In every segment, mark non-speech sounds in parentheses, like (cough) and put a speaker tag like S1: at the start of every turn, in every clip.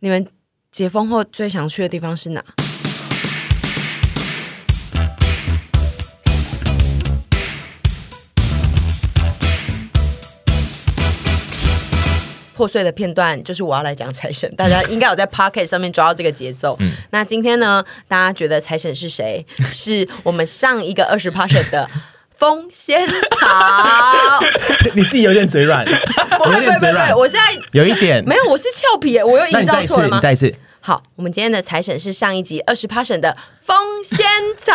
S1: 你们解封后最想去的地方是哪？破碎的片段就是我要来讲财神，大家应该有在 Pocket 上面抓到这个节奏。
S2: 嗯
S1: 那今天呢，大家觉得财神是谁？ (laughs) 是我们上一个二十 Pocket 的风仙草。
S2: (laughs) 你自己有点嘴软，
S1: 不
S2: 有
S1: 会不会
S2: 点
S1: 不会
S2: 嘴
S1: 不会，
S2: 软，
S1: 我现在
S2: 有一点。
S1: 没有，我是俏皮耶，我又
S2: 那
S1: 营
S2: 你再
S1: 造
S2: 一
S1: 错
S2: 次，
S1: 了吗
S2: 你？再一次，
S1: 好，我们今天的财神是上一集二十 p a 的风仙草，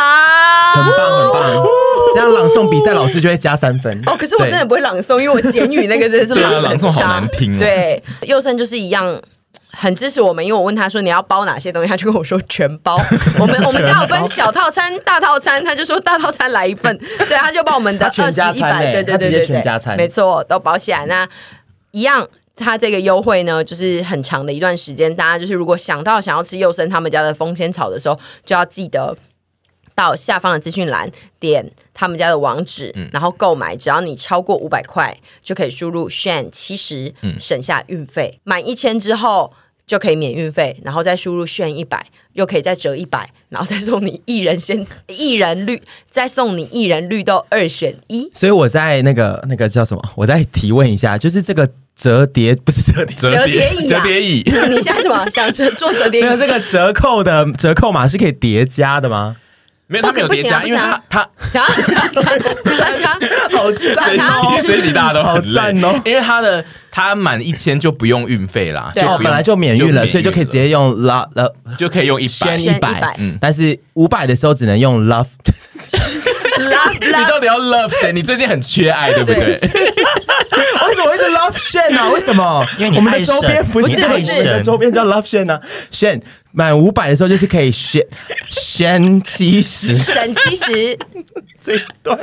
S2: 很棒很棒。这样朗诵比赛老师就会加三分。
S1: 哦，可是我真的不会朗诵，因为我简语那个真的
S2: (laughs)
S1: 是
S3: 对啊
S1: 得很
S3: 朗诵好
S1: 差
S3: 难听哦
S1: 对，佑胜就是一样。很支持我们，因为我问他说你要包哪些东西，他就跟我说全
S2: (laughs)
S1: 包。我们我们家有分小套餐、大套餐，他就说大套餐来一
S2: (laughs)
S1: 份，所以他就把我们的
S2: 他
S1: 二
S2: 全
S1: 十
S2: 加
S1: 一
S2: 餐
S1: 百，
S2: 欸
S1: 对对
S2: 他
S1: 对
S2: 直接
S1: 对
S2: 全加
S1: 对，
S2: 餐
S1: 没错，都包起来。那一样，它这个优惠呢，就是很长的一段时间，大家就是如果想到想要吃佑生他们家的风仙草的时候，就要记得到下方的资讯栏点他们家的网址，然后购买，只要你超过五百块，就可以输入 shan 七十，省下运费，满一千之后。就可以免运费，然后再输入炫一百，又可以再折一百，然后再送你一人先一人绿，再送你一人绿豆二选一。
S2: 所以我在那个那个叫什么？我再提问一下，就是这个折叠不是折叠，
S1: 折叠椅啊
S3: 折叠椅，
S1: 你现在什么想折做折叠
S2: 没有
S1: 椅？
S2: 这个折扣的折扣码是可以叠加的吗？
S3: 没有他没有
S1: 不
S3: 叠
S1: 行啊
S3: 加，
S1: 不
S3: 因
S1: 行
S3: 为
S1: 啊
S3: 他他
S1: 讲讲讲讲，
S2: 好
S3: 这
S2: 赞哦
S3: 一
S1: 哦
S3: 集 (laughs) 这一集大家都
S2: 好
S3: 很累
S2: 赞哦！
S3: 因为他的他满一千就不用运费啦，
S1: 对
S3: 不
S2: 哦，
S3: 用
S2: 本来就免运了，所以就可以直接用
S3: 嗯
S2: love 呃
S3: 就可以用一
S2: (laughs)
S3: 百
S2: 先。一
S1: 先
S2: 百
S1: 100，
S2: 嗯但是五百的时候只能用 love
S1: 拉
S3: 你
S1: 拉
S3: 到底要 love 谁？你最近很缺爱，对不
S2: (laughs)
S3: 对？
S2: 为什么一直 love Shen 啊？为什么？
S4: 因为你
S2: 我们的
S4: 爱
S2: 周边
S4: 神
S2: 不
S1: 不
S2: 是
S1: 是
S2: 爱
S1: 不是
S2: 神，我们的周边叫 love Shen 呢、啊。Shen 满五百的时候就是可以 Shen Shen 七十
S1: 省七十，
S2: 这一段，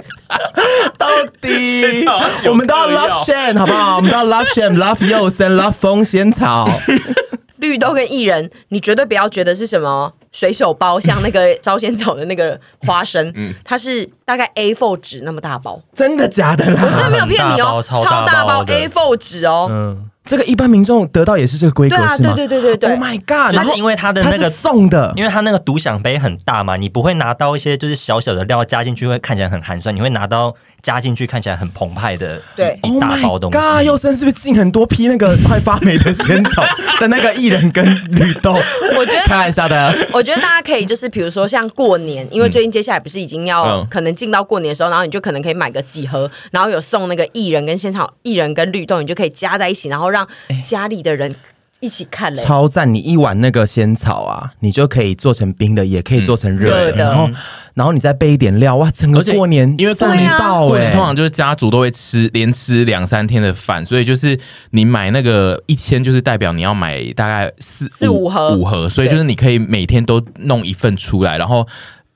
S2: 到底
S3: 段好像有
S2: 我们都要
S3: 嗑药
S2: love Shen 好不好？我们都要 love Shen love 幼生 love 风仙草。
S1: 绿豆跟薏仁，你绝对不要觉得是什么水手包，像那个烧仙草的那个花生，
S4: 嗯
S1: 它是大概 A4 纸那么大包，
S2: 真的假的
S1: 真的
S2: 啦？
S1: 没有骗你哦，
S4: 超
S1: 超大包
S4: 啊大包超大包的
S1: A4 纸哦，
S4: 嗯，
S2: 这个一般民众得到也是这个规格
S1: 对啊，
S2: 是
S1: 对
S2: 吗？
S1: 对对对对
S2: Oh my god！
S4: 就
S2: 然后
S4: 是因为它的
S2: 它
S4: 那
S2: 是
S4: 个。
S2: 送的，
S4: 因为它那个独享杯很大嘛，你不会拿到一些就是小小的料加进去会看起来很寒酸，你会拿到加进去看起来很澎湃的
S1: 对
S4: 一一大包东
S2: Oh my god，
S4: 西
S2: 佑。生是不是进很多批那个快发霉的仙草的那个薏仁跟绿豆？
S1: 我觉得
S2: 开玩笑的。
S1: 我觉得大家可以就是，比如说像过年，因为最近接下来不是已经要
S3: 嗯
S1: 可能进到过年的时候，然后你就可能可以买个几盒，然后有送那个薏仁跟仙草、薏仁跟绿豆，你就可以加在一起，然后让
S4: 哎
S1: 家里的人一起看嘞。
S2: 超赞！你一碗那个仙草啊，你就可以做成冰的，也可以做成热的，
S1: 热的
S2: 然后然后你再备一点料，哇，整个
S3: 而且
S2: 过年
S3: 因为过
S2: 送
S3: 年
S2: 到
S3: 过
S2: 哎、
S3: 年通常就是家族都会吃，连吃两三天的饭，所以就是你买那个一千，就是代表你要买大概四
S1: 四五盒
S3: 五盒，所以就是你可以每天都弄一份出来。然后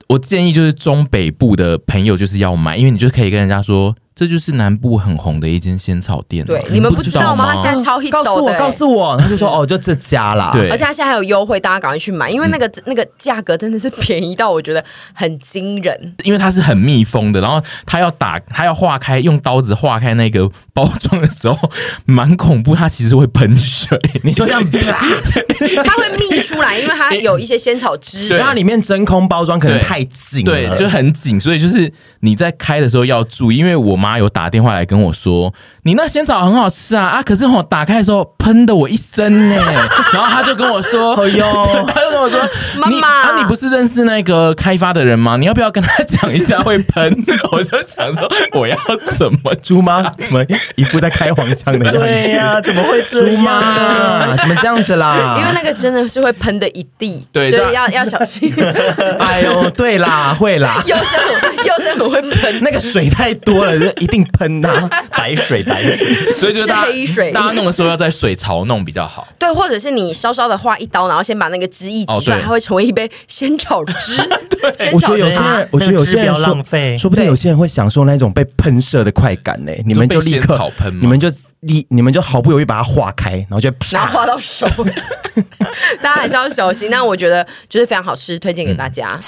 S3: 我建议就是中北部的朋友就是要买，因为你就可以跟人家说，这就是南部很红的一间仙草店啊、
S1: 对，你们不知道吗？他现在超 hit
S2: 哦告诉我，
S1: 的
S2: 告
S1: 欸。
S2: 诉我，他就说哦，就这家啦。
S3: 对
S1: 而且他现在还有优惠，大家赶快去买，因为那个、
S4: 嗯
S1: 那个价格真的是便宜到我觉得很惊人。
S3: 因为它是很密封的，然后它要打，它要化开，用刀子化开那个包装的时候，蛮恐怖，它其实会喷水。
S2: 你说这样，
S1: (laughs) 它会泌出来，因为它有一些仙草汁
S3: 对
S2: 然后它里面真空包装可能
S3: 对
S2: 太紧了，
S3: 对，就很紧，所以就是你在开的时候要注意，因为我妈有打电话来跟我说，你那仙草很好吃啊啊，可是我打开的时候喷的我一身 (laughs) 呢、然后她就跟我说，
S2: 哎呦，
S3: (laughs) 她就跟我说，
S1: 妈
S3: 你
S1: 妈
S3: 啊，你不是认识那个开发的人吗？你要不要跟他讲一下会喷？ (laughs) 我就想说我要怎么
S2: 猪妈怎么一副在开黄腔的样子？
S4: 对呀、怎么会
S2: 猪
S4: 这样啊？
S2: 妈怎么这样子啦？
S1: 因为那个真的是会喷的一地，
S3: 对
S1: 就是
S3: 这
S1: 要要小
S3: (laughs)
S1: 心。
S2: 哎呦，对啦，会啦，
S1: 右生很右生很会喷，
S2: 那个水太多了，就一定喷啊呐、
S4: 白水白水，
S3: (laughs) 所以就是大家
S1: 是黑水
S3: 大家弄的时候要在水槽弄比较好。
S1: 对，或者是你稍稍的划一刀，然后先把那个汁液挤
S3: 哦
S1: 出来，
S3: 对
S1: 它会成为一杯仙草
S3: (laughs)
S1: 汁。 (laughs) 仙
S2: 我觉
S1: 草
S2: 得有些
S1: 茶
S2: 人，我觉得有些人
S4: 那个汁不要
S2: 说
S4: 浪费
S2: 说不定有些人会享受那种被喷射的快感呢、你们就立
S3: 被仙
S2: 刻
S3: 草喷吗
S2: 你们就立，你们就毫不犹豫把它化开，然后就
S1: 然
S2: 啪
S1: 后。划到
S3: (laughs)
S1: 手，
S3: 嗯
S1: 大家还是要小心。但我觉得就是非常好吃，推荐给大家。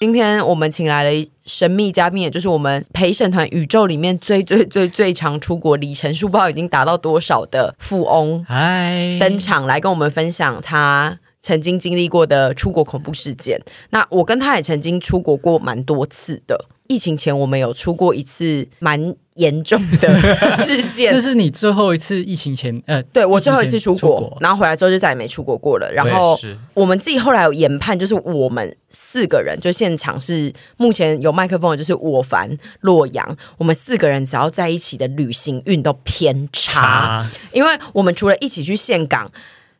S1: 今天我们请来了一神秘嘉宾，也就是我们陪审团宇宙里面最最最最常出国里程数不知道已经达到多少的富翁
S5: 嗯
S3: 嗨，
S1: 登场，来跟我们分享他曾经经历过的出国恐怖事件。那我跟他也曾经出国过蛮多次的。疫情前我们有出过一次蛮严重的事
S5: 这 (laughs)
S1: 件，
S5: 是你最后一次疫情前，呃，
S1: 对我
S5: 疫情
S1: 最后一
S5: 前
S1: 次出
S5: 出
S1: 国，然后回来之后就再也没出国过了。然后
S3: 是
S1: 我们自己后来有研判，就是我们四个人，就现场是目前有麦克风的，就是我凡、洛阳，我们四个人只要在一起的旅行运都偏差，
S5: 啊，
S1: 因为我们除了一起去岘港。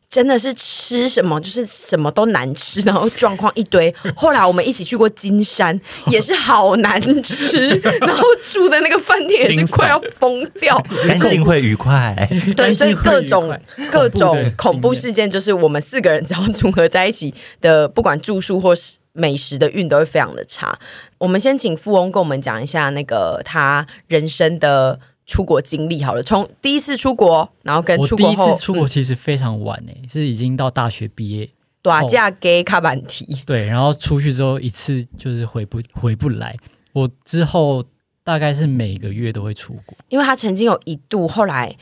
S1: 真的是吃什么就是什么都难吃，然后状况一堆。 (laughs) 后来我们一起去过金山，也是好难吃，然后住的那个饭店也是
S3: 金
S1: 快要疯掉。
S4: (laughs) 干净会愉快。
S1: 对，
S5: 担
S1: 所
S5: 心
S1: 以
S5: 会
S1: 各
S5: 愉
S1: 种
S5: 快
S1: 各
S5: 恐怖
S1: 种
S5: 的
S1: 恐怖
S5: 经验
S1: 事件，就是我们四个人只要组合在一起的，不管住宿或是美食的运都会非常的差。我们先请富翁跟我们讲一下那个他人生的出国经历好了，从第一次出国，然后跟
S5: 我
S1: 出
S5: 第
S1: 国
S5: 一
S1: 后嗯
S5: 次出国其实非常晚诶、是已经到大学毕业，
S1: 打架给卡板提，
S5: 对，然后出去之后一次就是回不回不来，我之后大概是每个月都会出国，
S1: 因为他曾经有一度后来。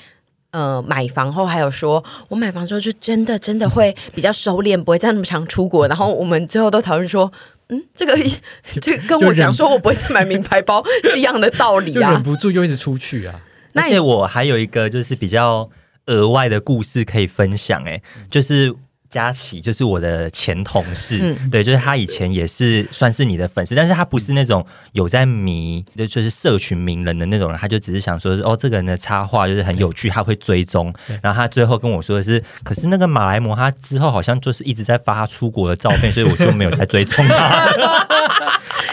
S1: 呃，买房后还有说，我买房之后就真的真的会比较收敛，不会再那么常出国。然后我们最后都讨论说，嗯，这个 (laughs) 这个跟
S5: 就
S1: 我
S5: 忍
S1: 讲说我不会再买名牌包是一样的道理
S5: 就忍
S1: 啊。
S5: 不住就一直出去啊。
S1: 那
S4: 而且
S1: 你
S4: 我还有一个就是比较额外的故事可以分享、欸，
S5: 嗯
S4: 就是。佳琪就是我的前同事，
S5: 嗯
S4: 对，就是他以前也是算是你的粉丝，但是他不是那种有在迷，就就是社群名人的那种人，他就只是想说是，哦，这个人的插画就是很有趣，他会追踪。然后他最后跟我说的是，可是那个马来模他之后好像就是一直在发他出国的照片，所以我就没有再追踪
S5: (laughs)
S4: 他。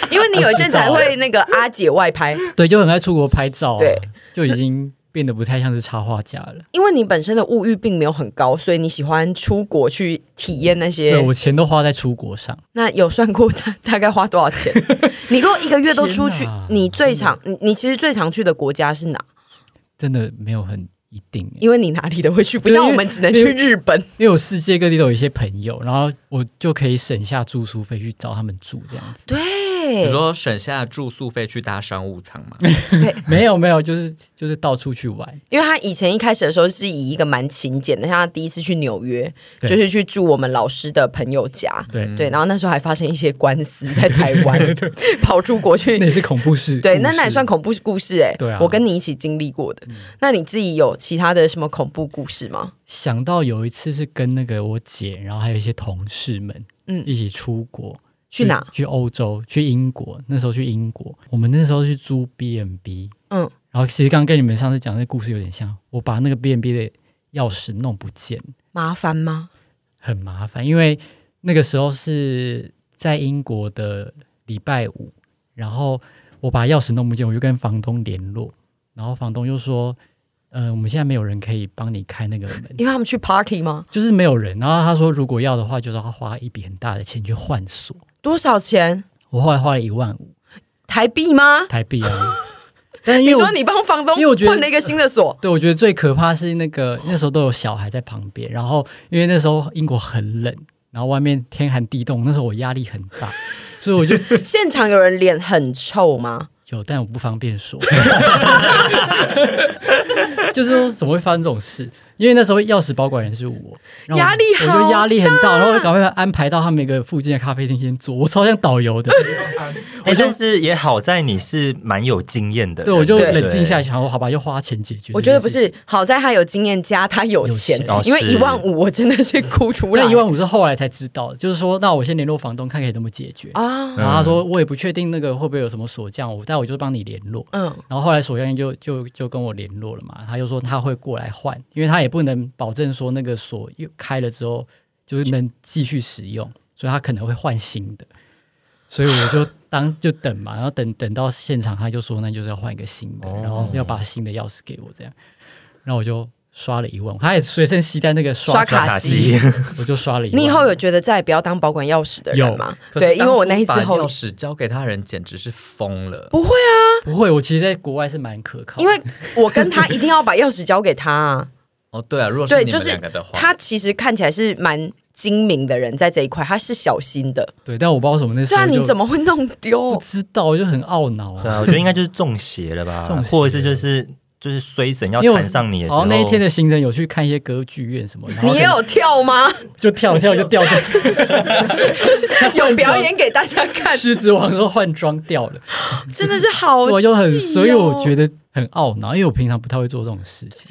S1: 因为你有一阵才会那个阿姐外拍，
S5: 对，就很爱出国拍照、啊，
S1: 对，
S5: 就已经变得不太像是插画家了。
S1: 因为你本身的物欲并没有很高，所以你喜欢出国去体验那
S5: 对
S1: 些。
S5: 我钱都花在出国上，
S1: 那有算过大大概花多少钱？ (laughs) 你如果一个月都出去
S5: 天哪，
S1: 你最常你你其实最常去的国家是哪？
S5: 真的没有很一定、欸，
S1: 因为你哪里都会去，不
S5: 对
S1: 像我
S5: 因为
S1: 们只能去
S5: 因为
S1: 日本。
S5: 因为我世界各地都有一些朋友，然后我就可以省下住宿费去找他们住这样子。
S6: 你
S1: 对
S6: 说省下住宿费去搭商务舱嘛？
S5: (laughs) 没有没有，就是就是到处去玩，
S1: 因为他以前一开始的时候是以一个蛮勤俭的，像他第一次去纽约，
S5: 对嗯
S1: 就是去住我们老师的朋友家。
S5: 对，
S1: 对，然后那时候还发生一些官司在台
S5: (laughs)
S1: 湾，跑出国去
S5: 那也是恐怖事。
S1: 对，
S5: 故
S1: 那那也
S5: 事
S1: 算恐怖故事哎、
S5: 对啊嗯
S1: 我跟你一起经历过的。那你自己有其他的什么恐怖故事吗？
S5: 想到有一次是跟那个我姐，然后还有一些同事们，
S1: 嗯
S5: 嗯，一起出国。
S1: 去哪？？
S5: 去欧洲，去英国。那时候去英国，我们那时候去租 B n B，
S1: 嗯
S5: 嗯，然后其实刚刚跟你们上次讲的那故事有点像，我把那个 B n B 的钥匙弄不见，
S1: 麻烦吗？
S5: 很麻烦，因为那个时候是在英国的礼拜五，然后我把钥匙弄不见，我就跟房东联络，然后房东就说，呃，我们现在没有人可以帮你开那个门， (laughs)
S1: 因为他们去 party 吗？
S5: 就是没有人。然后他说，如果要的话，就是要花一笔很大的钱去换锁。
S1: 多少钱？
S5: 我后来花了一万五
S1: 台币吗？
S5: 台币啊，但是因
S1: (laughs) 你
S5: 为我
S1: 说你帮房东
S5: 因为我觉得
S1: 换了一个新的锁，
S5: 对，我觉得最可怕是那个那时候都有小孩在旁边，然后因为那时候英国很冷，然后外面天寒地冻，那时候我压力很大，所以我就
S1: 现场有人脸很臭吗？
S5: 有，但我不方便说。 (laughs) 就是说怎么会发生这种事？因为那时候钥匙保管人是我，然后我
S1: 压力好
S5: 我就压力很大，然后我赶快安排到他们一个附近的咖啡厅先坐，我超像导游的，
S4: 哎、但是也好在你是蛮有经验的人，
S5: 对，我就
S1: 对
S5: 冷静下去，然后好吧，就花钱解决。
S1: 我觉得不，是，好在他有经验加他有钱
S5: 有
S4: 钱哦，
S1: 因为
S4: 是
S1: 一万五我真的是哭出来。
S5: 那一万五是后来才知道的，就是说，那我先联络房东看可以怎么解决。
S1: 啊，
S5: 然后他说我也不确定那个会不会有什么锁匠，我但我就帮你联络。
S1: 嗯，
S5: 然后后来锁匠就就就跟我联络了嘛，他就说他会过来换，因为他也不能保证说那个锁又开了之后就是能继续使用，所以他可能会换新的。所以我就当就等嘛，然后等等到现场，他就说那就是要换一个新的，然后要把新的钥匙给我这样，然后我就刷了一万，他也随身携带那个
S1: 刷
S5: 刷
S1: 卡
S4: 机，
S5: (laughs) 我就刷了一万。
S1: 你以后有觉得再也不要当保管钥匙的人
S5: 有
S1: 吗？
S6: 可是
S1: 对，因为我那一次
S6: 当初把
S1: 后
S6: 钥匙交给他人简直是疯了。
S1: 不会啊，
S5: 不会？我其实在国外是蛮可靠的，
S1: 因为我跟他一定要把钥匙交给他啊。
S6: 哦，对啊，如果是
S1: 对，
S6: 你
S1: 就
S6: 们
S1: 是
S6: 两个的话，
S1: 他其实看起来是蛮精明的人在这一块，他是小心的。
S5: 对，但我不知道为什么那时
S1: 对啊，
S5: 候
S1: 你
S5: 就
S1: 怎么会弄
S5: 不
S1: 丢？
S5: 知道，我就很懊恼啊
S4: 对。啊，我觉得应该就是中邪了吧，
S5: 中邪
S4: 或者是就是就是衰神要
S5: 因为我
S4: 缠上你的时哦
S5: 好
S4: 候，
S5: 像哦那一天的行程有去看一些歌剧院什么，然后
S1: 你也有跳吗？
S5: 就跳一跳就掉下来，
S1: 有表演给大家 (laughs) 看，
S5: 狮子王说换装掉了，
S1: 真的是好气、哦。哦
S5: 对，啊就很，所以我觉得很懊恼，因为我平常不太会做这种事情。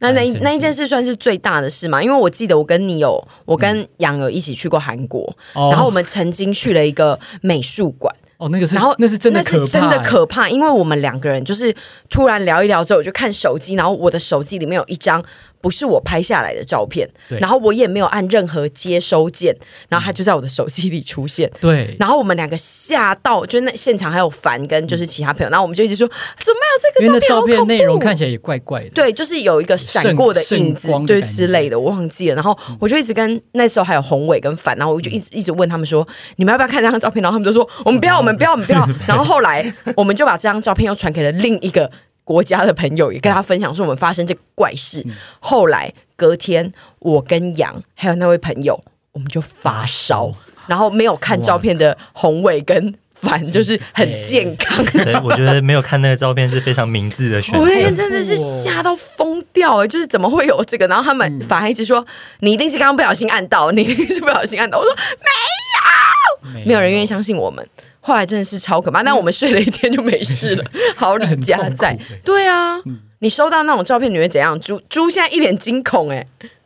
S1: 那那
S5: 蛮
S1: 一
S5: 神
S1: 那一
S5: 奇
S1: 件事算是最大的事嘛，因为我记得我跟你有，我跟杨友一起去过韩国，
S5: 嗯哦
S1: 然后我们曾经去了一个美术馆，
S5: 哦， (laughs) 那个是，
S1: 然后
S5: 那是真的
S1: 那是
S5: 可怕、
S1: 真的
S5: 欸
S1: 可怕，因为我们两个人就是突然聊一聊之后，我就看手机，然后我的手机里面有一张不是我拍下来的照片，
S5: 对嗯
S1: 然后我也没有按任何接收键，然后它就在我的手机里出现。
S5: 对，
S1: (laughs) 然后我们两个吓到，就那现场还有凡跟就是其他朋友，然后我们就一直说怎么有这
S5: 嗯因为
S1: 个
S5: 那
S1: 照
S5: 照
S1: 片好恐
S5: 片
S1: 怖
S5: 内容看起来也怪怪的。
S1: 对，就是有一个闪过的
S5: 圣
S1: 影子
S5: 圣，光的
S1: 对
S5: 感觉
S1: 之类的，我忘记了。然后我就一直跟那时候还有宏伟跟凡，然后我就一直一直问他们说，你们要不要看这张照片？然后他们就说我们不要，我们不要，我们不要。
S5: (laughs)
S1: 然后后来我们就把这张照片又传给了另一个国家的朋友，也跟他分享说我们发生这个怪事。
S5: 嗯
S1: 后来隔天，我跟杨还有那位朋友，我们就发烧，然后没有看照片的宏伟跟凡就是很健康。
S4: 对，我觉得没有看那个照片是非常明智的选
S5: (laughs)
S1: 哦我
S4: 择
S1: 那。天真的是
S5: 哦
S1: 吓到疯掉哎、就是怎么会有这个？然后他
S5: 嗯
S1: 们反而一直说你一定是刚刚不小心按到，你一定是不小心按到。我说
S5: 哎
S1: 没有人
S5: 啊
S1: 愿意相信我们。后来真的是超可怕，但我们睡了一天就没事
S5: (laughs)
S1: 了，好李家在
S5: 嗯很痛苦欸。
S1: 对啊，你收到那种照片你会怎样？猪猪现在一脸惊恐哎、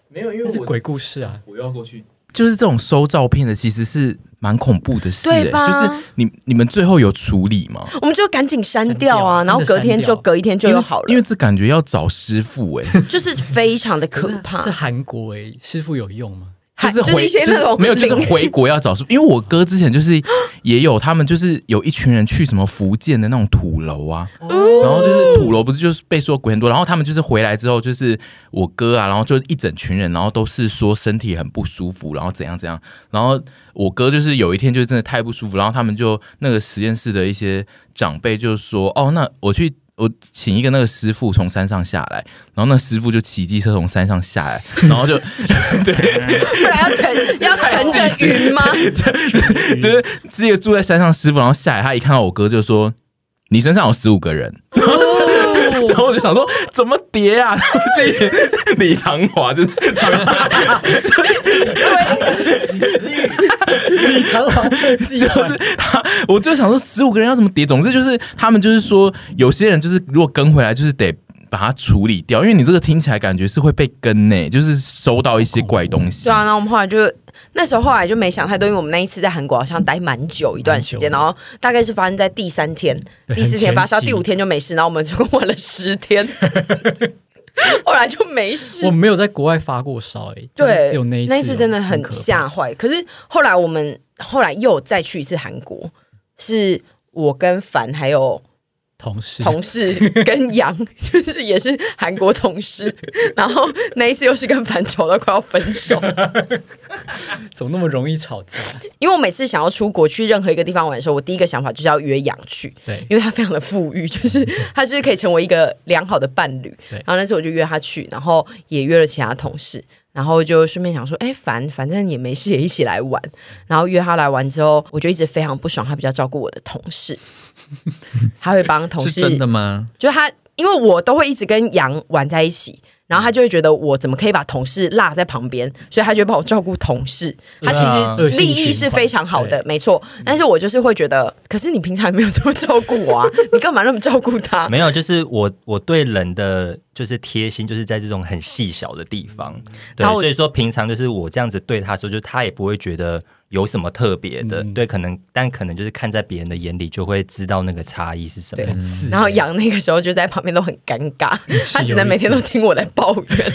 S3: 没有，因
S5: 那是鬼故事啊，
S3: 我要过去，就是这种收照片的，其实是蛮恐怖的事、欸，
S1: 对吧
S3: 就是你你们最后有处理吗？
S1: 我们就赶紧删掉啊，
S5: 删掉
S1: 然后隔天
S5: 真的
S1: 就
S5: 删掉
S1: 隔一天就又好
S3: 因为
S1: 了，
S3: 这感觉要找师傅哎、
S1: 就是非常的可怕
S5: (laughs) 是。韩国诶、师傅有用
S1: (laughs)
S5: 吗？
S1: 还
S3: 就是
S1: 就是
S3: 回
S1: 一些那种
S3: 没有，就是
S1: 灵
S3: 回国要找师傅。因为我哥之前就是
S1: (gasps)
S3: 也有他们就是有一群人去什么福建的那种土楼啊，
S1: 哦
S3: 然后就是土楼不是就是被说鬼很多，然后他们就是回来之后就是我哥啊，然后就一整群人，然后都是说身体很不舒服，然后怎样怎样，然后我哥就是有一天就真的太不舒服，然后他们就那个实验室的一些长辈就说，哦，那我去。我请一个那个师傅从山上下来，然后那师傅就骑机车从山上下来，然后就
S1: 不然要乘要乘着云
S5: (laughs)
S1: 吗？
S3: 就是是一个住在山上师傅，然后下来他一看到我哥就说：“你身上有十五个人。”
S1: 哦
S3: (laughs) 然后我就想说怎么叠啊？ (laughs) 然后这一群李唐华就是他们
S5: 啊你常常 (laughs) 自己玩
S3: 他，我就想说十五个人要怎么叠？总之就是他们就是说有些人就是如果跟回来就是得。把它处理掉，因为你这个听起来感觉是会被跟呢、就是收到一些怪东西。
S1: 对啊，然后我们后来就那时候后来就没想太多，因为我们那一次在韩国好像待蛮久一段时间，然
S5: 蛮久的
S1: 后大概是发生在第三天、
S5: 对
S1: 第四天
S5: 很前期
S1: 发烧，第五天就没事，然后我们总共玩了十
S5: (laughs)
S1: 天，后来就没事
S5: 我。没有在国外发过烧诶、就是
S1: 对，
S5: 只有那一次
S1: 那一次真的很
S5: 可怕
S1: 吓坏。可是后来我们后来又再去一次韩国，是我跟凡还有
S5: 同事
S1: 同事 (laughs) 跟杨，就是也是韩国同事，然后那一次又是跟凡吵到快要分手。
S5: 怎么那么容易吵架？
S1: 因为我每次想要出国去任何一个地方玩的时候，我第一个想法就是要约杨去，
S5: 对，
S1: 因为他非常的富裕，就是他就是可以成为一个良好的伴侣。
S5: 对
S1: 然后那次我就约他去，然后也约了其他同事，然后就顺便想说，哎，反反正也没事，也一起来玩。然后约他来玩之后，我就一直非常不爽，他比较照顾我的同
S6: (laughs)
S1: 事，他会帮同
S6: 是
S1: 事
S6: 真的吗？
S1: 就是他，因为我都会一直跟羊玩在一起，然后他就会觉得我怎么可以把同事落在旁边，所以他就会帮我照顾同事。他其实
S5: 恶性
S1: 利益是非常好的，没错。但是我就是会觉得，可是你平常也没有这么照顾我啊，你干嘛那么照顾他？
S4: 没有，就是我我对人的就是贴心，就是在这种很细小的地方。对，
S1: 然后我
S4: 所以说平常就是我这样子对他的时候，就他也不会觉得有什么特别的。
S5: 嗯
S4: 对，可能但可能就是看在别人的眼里，就会知道那个差异是什
S1: 对
S4: 么。
S5: 是
S1: 然后羊那个时候就在旁边都很尴尬，他只能每天都听我在抱怨。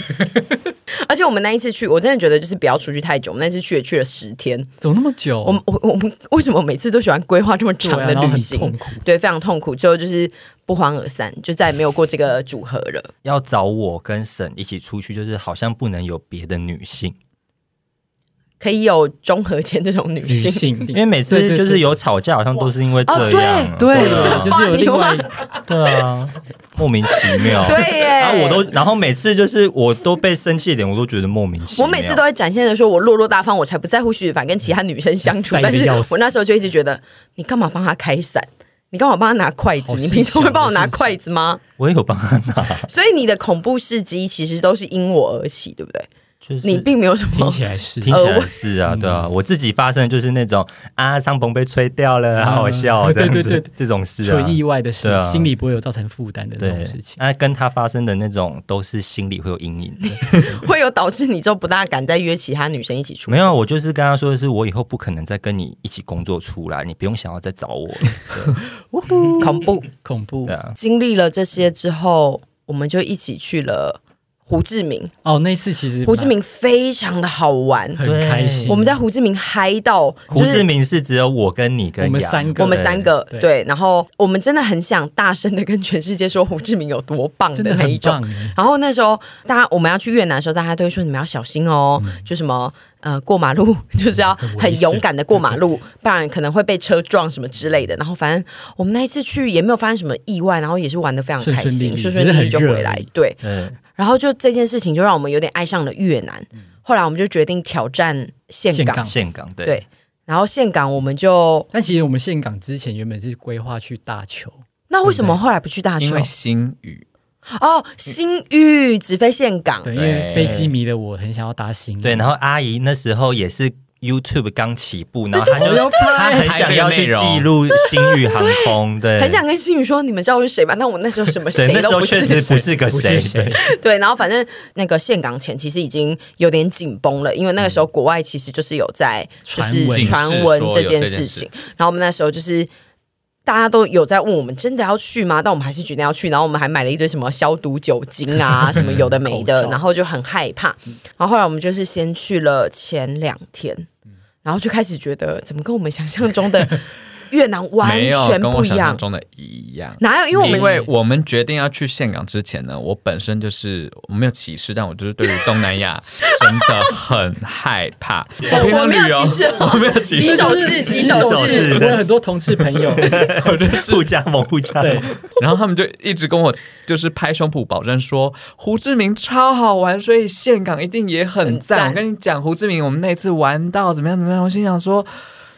S1: 而且我们那一次去，我真的觉得就是不要出去太久。我们那次去也去了十天，
S5: 怎么那么久？
S1: 我们我我们为什么每次都喜欢规划这么长
S5: 对啊
S1: 的
S5: 然后
S1: 旅
S5: 很
S1: 行？
S5: 痛苦
S1: 对，非常痛苦，最后就是不欢而散，就再也没有过这个组合了。
S4: 要找我跟沈一起出去，就是好像不能有别的女性。
S1: 可以有中和间这种女
S5: 女
S1: 性。
S5: 性，
S4: 因为每
S5: 对
S4: 次
S5: 对
S4: 就是有吵架，好像都是因为这样，
S5: 对对
S4: 啊
S5: 就是有另外一
S4: 对啊，莫名其
S1: (laughs)
S4: 妙，
S5: 哦 (laughs)
S1: 对耶
S4: 然后我都，然后每次就是我都被生气的点，我都觉得莫名其妙。
S1: 我每次都会展现的说，我落落大方，我才不在乎徐子凡跟其他女生相处
S5: (laughs) 塞。得
S1: 但是
S5: 要死
S1: 我那时候就一直觉得，你干嘛帮他开伞？你干嘛帮他拿筷子？
S5: 好
S1: 你
S5: 细
S1: 平常会
S5: 小
S1: 帮我
S5: 的
S1: 拿
S5: 事情
S1: 筷子吗？
S4: 我也有帮他
S1: (laughs)
S4: 拿，
S1: 所以你的恐怖事迹其实都是因我而起，对不对？
S4: 就是
S1: 你并没有什
S5: 听
S1: 么。
S5: 起来是
S4: 听起
S1: 呃
S4: 来
S1: 我
S4: 是啊，对啊，我自己发生的就是那种啊，帐篷被吹掉了，好好笑哦，
S5: 啊
S4: 这样
S5: 对对
S4: 子
S5: 对
S4: 这种事啊
S5: 纯，意外的事
S4: 对，啊
S5: 心里不会有造成负担的那种
S4: 对
S5: 事，情。
S4: 那跟他发生的那种都是心里会有阴影
S5: (laughs)
S4: 的。
S1: 会有导致你就不大敢再约其他女生一起出
S4: 没
S1: 门。
S4: 有，我就是跟他说的是，我以后不可能再跟你一起工作出来，你不用想要再找我了。
S1: 恐怖。
S5: 恐怖
S4: 对啊，
S1: 经历了这些之后，我们就一起去了胡志明。
S5: 哦，那次其实
S1: 胡志明非常的好玩，
S5: 蛮很开心，
S1: 我们在胡志明嗨到，
S4: 胡
S1: 就
S4: 志
S1: 是
S4: 明是只有我跟你跟
S5: 我们
S4: 杨
S5: 三个
S1: 我们三个
S5: 对
S1: 对，然后我们真的很想大声的跟全世界说胡志明有多棒
S5: 真
S1: 的
S5: 的
S1: 那一
S5: 很
S1: 种
S5: 棒。耶，
S1: 然后那时候大家我们要去越南的时候，大家都会说你们要小心哦，就什么呃过马路 (laughs) 就是要很勇敢的过马路，不然可能会被车撞什么之类的。然后反正我们那一次去也没有发生什么意外，然后也是玩的非常
S5: 顺
S1: 开
S5: 顺利
S1: 心，
S5: 利
S1: 顺顺利利就
S5: 只是很热
S1: 回来
S5: 而已。
S1: 对，
S4: 嗯，
S1: 然后就这件事情就让我们有点爱上了越南。后来我们就决定挑战岘
S5: 岘
S1: 港
S5: 港，
S4: 岘港对
S1: 对然后岘港我们就
S5: 但其实我们岘港之前原本是规划去大邱，
S1: 那为什么后来不去大
S6: 因
S1: 邱
S6: 为？新宇
S1: 哦，新域直飞岘港，
S5: 对，因为飞机迷的我很想要搭新，
S4: 对，然后阿姨那时候也是 YouTube 刚起步，然后她就她很想要去记录星宇航
S1: (laughs)
S4: 空，对，
S1: 很想跟新宇说，你们知道我是谁吗？但我那时候什么
S4: 对，
S1: 谁
S4: 那时
S1: 都
S4: 候
S1: 不
S4: 确
S1: 是。
S4: 实不是个
S5: 不
S4: 谁
S5: 是，谁，
S1: (laughs) 对，然后反正那个岘港前其实已经有点紧绷了，因为那个时候国外其实就是有在就是
S5: 传闻
S1: 传闻这件事情，然后我们那时候就是。大家都有在问我们真的要去吗？但我们还是决定要去，然后我们还买了一堆什么消毒酒精啊，什么有的没的
S5: 口，罩
S1: 然后就很害怕。然后后来我们就是先去了前两天，然后就开始觉得怎么跟我们想象中的越南完
S6: 没有
S1: 全
S6: 跟
S1: 不
S6: 我
S1: 一
S6: 想
S1: 样
S6: 象，中的一样。
S1: 哪有？因为我们
S6: 因为我们决定要去岘港之前呢，我本身就是我没有歧视，但我就是对于东南亚 (laughs) 真的很害怕。我平
S1: 我
S6: 常
S1: 没有
S6: 旅游
S1: 歧视哦
S6: 我没有歧
S1: 骑
S6: 视，
S1: 手是骑手
S4: 手
S1: 是，
S4: 是
S5: 我有很多同事朋友，
S4: 互加盟互加
S5: 对
S4: 盟，，
S6: (laughs) 然后他们就一直跟我就是拍胸脯保证说胡志明超好玩，所以岘港一定也很赞。
S1: 很赞
S6: 我跟你讲，胡志明我们那次玩到怎么样怎么样，我心想说。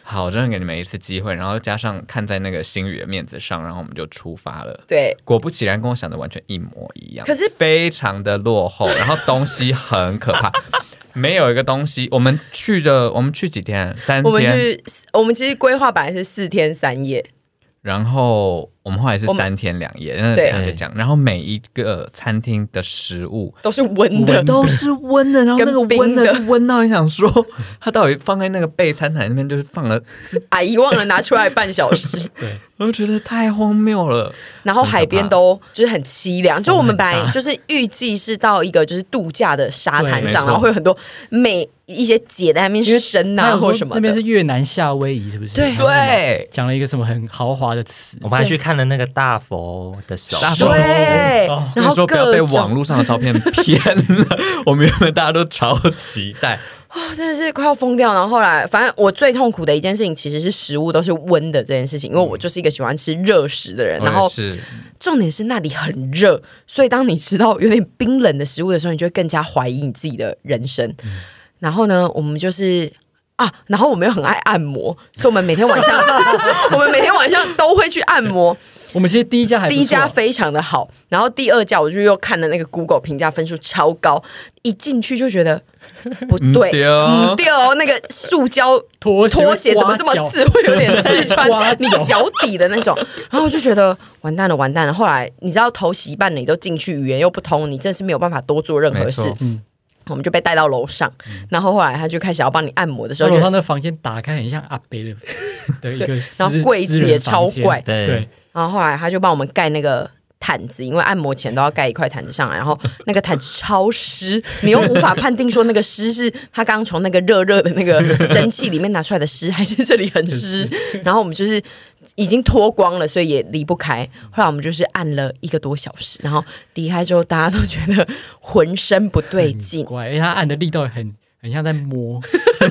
S6: 好，我真的给你们一次机会，然后加上看在那个星宇的面子上，然后我们就出发了。
S1: 对，
S6: 果不其然，跟我想的完全一模一样，
S1: 可是
S6: 非常的落后，然后东西很
S1: (laughs)
S6: 可怕，没有一个东西。我们去的，我们去几天？啊三
S1: 我们
S6: 天。
S1: 去，我们其实规划本来是四天三夜，
S6: 然后我们后来是
S1: 我们
S6: 三天两夜，那
S1: 对
S6: 等一下再讲。然后每一个餐厅的食物
S1: 都是温的，
S6: 都是温的，然后那个
S1: 跟冰
S6: 温的
S1: 的
S6: 是温到你想说， (laughs) 它到底放在那个备餐台那边，就是放了，
S1: 阿姨忘了拿出来半小时，
S6: 我就觉得太荒谬了。
S1: 然后海边都就是很凄凉。就我们本来就是预计是到一个就是度假的沙滩
S5: 对
S6: 没
S1: 上，
S6: 错
S1: 然后会有很多美一些姐在那边生
S5: 还
S1: 啊
S5: 有
S1: 或
S5: 说
S1: 什么
S5: 那边是
S1: 的。
S5: 越南夏威夷是不是？
S1: 对
S6: 对，
S5: 讲了一个什么很豪华的词，
S4: 我们还去看了那个大佛的手，
S6: 大佛
S1: 啊对，然
S6: 哦那
S1: 后
S6: 时候不要
S1: 各
S6: 被
S1: 种
S6: 网络上的照片 (laughs) 骗了，我们原本大家都超期待，
S1: 啊真的是快要疯掉。然后后来，反正我最痛苦的一件事情其实是食物都是温的这件事情，因为我就是一个喜欢吃热食的人。 (laughs) 然后
S6: 是
S1: 重点是那里很热，所以当你吃到有点冰冷的食物的时候，你就会更加怀疑你自己的人生。然后呢，我们就是。啊，然后我们又很爱按摩，所以我们每天晚上， (laughs) 我们每天晚上都会去按摩。
S5: 我们其实第一家还不
S1: 第
S5: 错
S1: 一家非常的好，然后第二家我就又看了那个 Google 评价分数超高，一进去就觉得不对，
S6: 对哦
S1: 嗯对哦，那个塑胶
S5: 拖鞋
S1: 拖鞋怎么这么刺，会有点刺
S5: (laughs) 刮
S1: 穿你
S5: 脚
S1: 脚底的那种。然后我就觉得完蛋了，完蛋了。后来你知道投洗一半你都进去，语言又不通，你真的是没有办法多做任何事
S6: 没错。
S5: 嗯
S1: 我们就被带到楼上，然后后来他就开始要帮你按摩的时
S5: 然
S1: 候，
S5: 后
S1: 就
S5: 哦他那房间打开很像阿北
S1: (laughs)
S5: 的的一个私，
S1: 然后柜子也超
S5: 私人
S1: 怪
S5: 房间
S4: 对
S5: 对，
S1: 然后后来他就帮我们盖那个毯子，因为按摩前都要盖一块毯子上来，然后那个毯子超湿，你又无法判定说那个湿是他刚从那个热热的那个蒸汽里面拿出来的湿，还是这里很湿。然后我们就是已经脱光了，所以也离不开。后来我们就是按了一个多小时，然后离开之后，大家都觉得浑身不对劲。(laughs)
S5: (laughs) 嗯怪，而且他按的力道很很像在摸，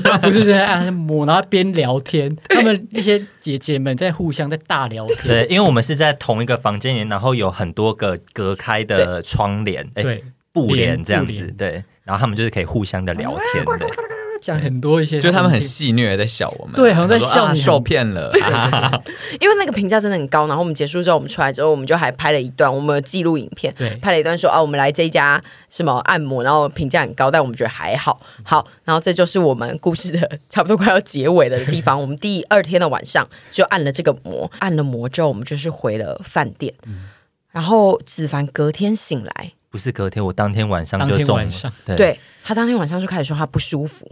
S5: 他不是在按摩，然后边聊天，他们那些姐姐们在互相在大聊天，
S4: 对，因为我们是在同一个房间里，然后有很多个隔开的窗帘，哎
S5: 对，
S4: 布帘
S5: 帘
S4: 这样
S5: 布
S4: 子，
S5: 帘
S4: 对。然后他们就是可以互相的聊天，对，
S5: 讲很多一些，
S6: 就是他们很戏谑地在笑我们，
S5: 对好像在
S6: 说
S5: 笑
S6: 啊
S5: 你
S6: 受骗了。啊
S1: 因为那个评价真的很高，然后我们结束之后，我们出来之后，我们就还拍了一段，我们有记录影片，
S5: 对
S1: 拍了一段说啊，我们来这一家什么按摩，然后评价很高，但我们觉得还好，好，然后这就是我们故事的差不多快要结尾了的地方。我们第二天的晚上就按了这个摩，按了摩之后，我们就是回了饭店，然后子凡隔天醒来，
S4: 不是隔天，我当天晚上
S5: 当
S4: 就
S5: 天
S4: 中
S5: 晚
S4: 了
S5: 上，
S4: 对
S1: 对他当天晚上就开始说他不舒服，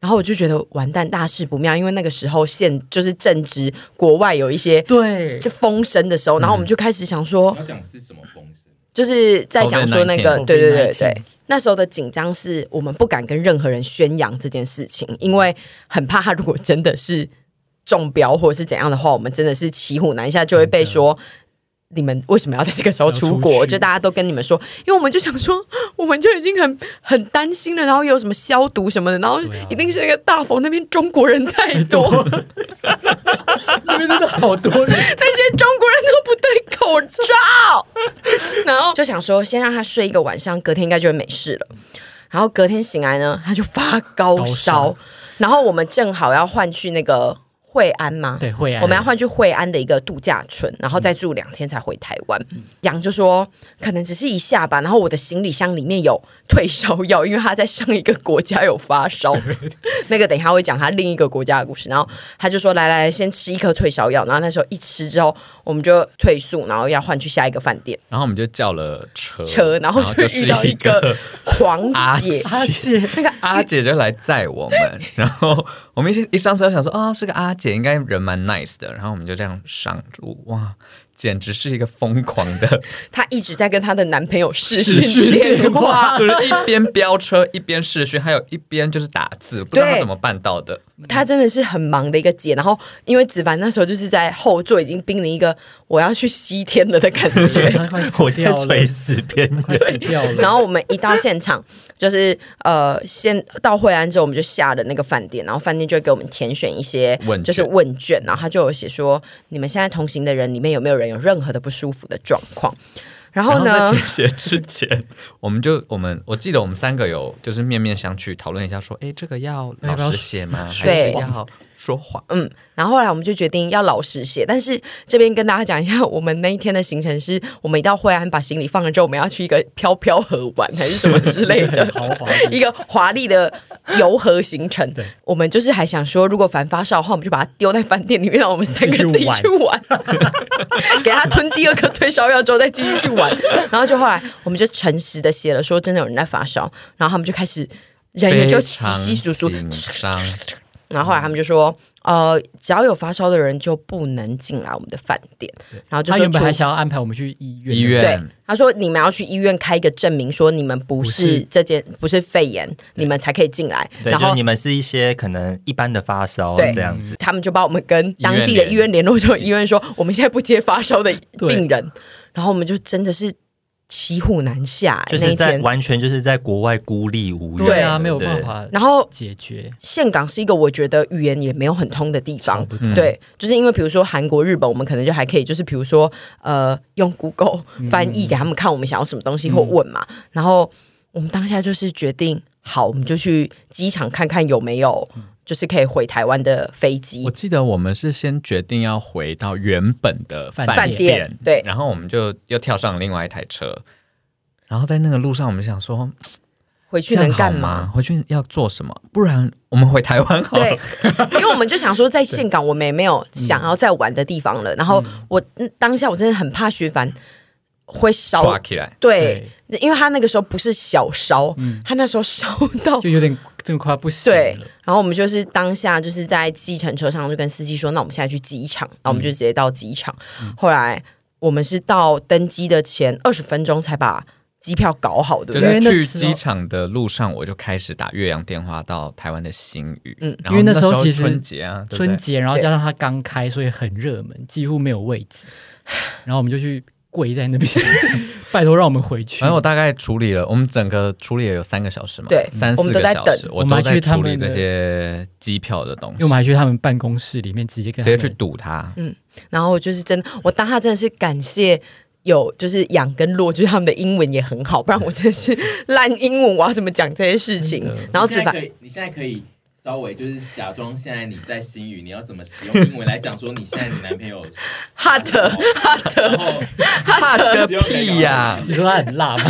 S1: 然后我就觉得完蛋，大事不妙，因为那个时候现就是正值国外有一些
S5: 对
S1: 这风声的时候，然后我们就开始想说，
S3: 讲是什么风声？
S1: 就是在讲说那个，
S5: COVID-19
S1: 对对对对。那时候的紧张是我们不敢跟任何人宣扬这件事情，因为很怕他如果真的是中标或者是怎样的话，我们真的是骑虎难下，就会被说你们为什么要在这个时候出
S5: 要
S1: 国？
S5: 出去
S1: 就大家都跟你们说，因为我们就想说，我们就已经很很担心了，然后有什么消毒什么的，然后
S5: 啊
S1: 一定是那个大冯那边中国人太
S5: (laughs)
S1: 多， (laughs)
S5: 那边真的好多
S1: (laughs)
S5: 人，
S1: 那些中国人都不戴口罩，然后就想说先让他睡一个晚上，隔天应该就会没事了。然后隔天醒来呢，他就发高烧，
S5: 高烧
S1: 然后我们正好要换去那个惠安嘛，
S5: 对，会啊，
S1: 我们要换去惠安的一个度假村，然后再住两天才回台湾。杨就说可能只是一下吧，然后我的行李箱里面有退烧药，因为他在上一个国家有发 (laughs) 烧，那个等一下会讲他另一个国家的故事。然后他就说来来，先吃一颗退烧药。然后那时候一吃之后，我们就退宿，然后要换去下一个饭店
S6: 然后我们就叫了车，
S1: 车，嗯然后
S6: 就
S1: 就是遇到一个狂
S6: 阿
S1: (laughs) 姐，
S5: 阿姐，
S1: 那个
S6: 阿姐就来载我们，然后我们一一上车想说啊、是个阿姐，应该人蛮 nice 的，然后我们就这样上路，哇，简直是一个疯狂的，，
S1: 她一直在跟她的男朋友视 (laughs) 讯电话
S5: (laughs)
S6: 就是一边飙车一边视讯，还有一边就是打字，不知道她怎么办到的。
S1: 她真的是很忙的一个姐，然后因为子凡那时候就是在后座已经濒临一个我要去西天了的感
S6: (laughs)
S1: 觉，
S5: 他快死
S4: 我在
S5: 掉了，
S4: 垂死边缘。
S5: 快死掉了，
S1: 然后我们一到现场，就是呃，先到惠安之后，我们就下了那个饭店，然后饭店就会给我们填选一些
S6: 问卷
S1: 就是问卷，然后他就有写说你们现在同行的人里面有没有人有任何的不舒服的状况，
S5: 哦
S1: 然后
S6: 然后在
S1: 呢
S6: 填，写之前，我们就我们我记得我们三个有就是面面相觑，讨论一下说，哎，这个要
S5: 要不要
S6: 老实写吗？
S5: 说，
S6: 还是
S1: 对
S6: 要说谎？
S1: 嗯，然后后来我们就决定要老实写，但是这边跟大家讲一下，我们那一天的行程是，我们一到惠安把行李放了之后，我们要去一个飘飘河玩还是什么之类的
S6: (laughs)
S5: 豪华的
S1: 一个华丽的游河行
S6: (laughs)
S1: 程。我们就是还想说，如果凡发烧的话，我们就把它丢在饭店里面，让我们三个自
S5: 继
S1: 己
S5: 续玩
S1: 去
S6: (laughs)
S1: 玩，给他吞第二颗退烧药之后再继续去玩。然后就后来我们就诚实的写了，说真的有人在发烧，然后他们就开始人员就稀稀疏疏
S6: 非，常紧张，
S1: 然后后来他们就说，呃，只要有发烧的人就不能进来我们的饭店。然后就
S5: 他
S1: 说
S5: 原本还
S1: 除，
S5: 想要安排我们去医院，
S6: 医
S1: 对
S6: 院，
S1: 他说你们要去医院开一个证明，说你们不是这件不是肺炎，你们才可以进来。
S4: 对，
S1: 然
S4: 就是
S1: 后
S4: 你们是一些可能一般的发烧
S1: 对
S4: 这样
S5: 嗯
S4: 子，
S1: 他们就把我们跟当地的医
S6: 医
S1: 院
S6: 院
S1: 联络，就医院说我们现在不接发烧的
S5: 对
S1: 病人。然后我们就真的是骑虎难下、欸
S4: 就
S1: 那
S4: 是
S1: 一
S4: 在
S1: 天。
S4: 完全就是在国外孤立无援，
S5: 对啊，
S4: 对
S5: 没有办法
S1: 然后
S5: 解决，
S1: 岘港是一个我觉得语言也没有很通的地方
S5: 想不，
S6: 通
S1: 对，就是因为比如说韩国、日本，我们可能就还可以，就是比如说呃，用 Google
S6: 嗯
S1: 翻译给他们看我们想要什么东西或问嘛。然后我们当下就是决定，好，我们就去机场看看有没有就是可以回台湾的飞机
S6: 嗯我。记得我们是先决定要回到原本的饭
S5: 饭
S1: 店对
S6: 然后我们就又跳上另外一台车，然后在那个路上，我们想说
S1: 回去
S6: 这样
S1: 能干
S6: 好吗？
S1: 嘛？
S6: 回去要做什么？不然我们回台湾好嗯了
S1: 对。，
S6: (laughs)
S1: 因为我们就想说，在岘港我们也没有想要再玩的地方了。然后我嗯当下我真的很怕徐凡会烧
S6: 刷，起来，
S1: 对，因为他那个时候不是小烧，
S6: 嗯
S1: 他那时候烧到
S5: 就有点真的快要不行
S1: 对
S5: 了，，
S1: 然后我们就是当下就是在计程车上就跟司机说，那我们现在去机场，然后我
S6: 嗯
S1: 们就直接到机场。后来我们是到登机的前二十分钟才把机票搞好，对不
S6: 就
S1: 对？
S6: 是
S5: 因为
S6: 去
S5: 那时候
S6: 机场的路上，我就开始打岳阳电话到台湾的新宇，
S1: 嗯
S6: 然
S5: 因
S6: 后
S5: 为那
S6: 那
S5: 时候其实
S6: 春节啊，对不对
S5: 春节，然后加上它刚开，所以很热门，几乎没有位置。然后我们就去跪在那边， (laughs) 拜托让我们回去。
S6: 反哎正我大概处理了，我们整个处理了有三个小时嘛，
S1: 对
S6: 三
S1: 我
S6: 四
S1: 们都
S6: 个
S1: 在
S6: 小时，
S1: 等
S6: 我
S5: 我
S6: 都
S5: 们还
S6: 在
S5: 去他
S6: 处
S5: 们
S6: 理
S5: 的
S6: 这些机票的东
S5: 因为
S6: 西
S5: 我，们还去他们办公室里面直接跟他
S6: 直接
S5: 们
S6: 去堵他。
S1: 然后我就是真的，我当下真的是感谢有就是养跟洛，就是他们的英文也很好，不然我真的是烂英文，我要怎么讲这些事情？然后子
S2: 你现在
S1: 凡
S2: 可以，你现在可以稍微就是假装现在你在新语，你要怎么使用英文来讲说你现在你男朋友
S1: hot
S2: 然
S1: hot
S2: 后
S6: 怕
S7: 啊
S6: 个
S2: 只有可以搞
S6: 屁呀！
S5: 你说他很辣
S6: (laughs)
S5: 吗？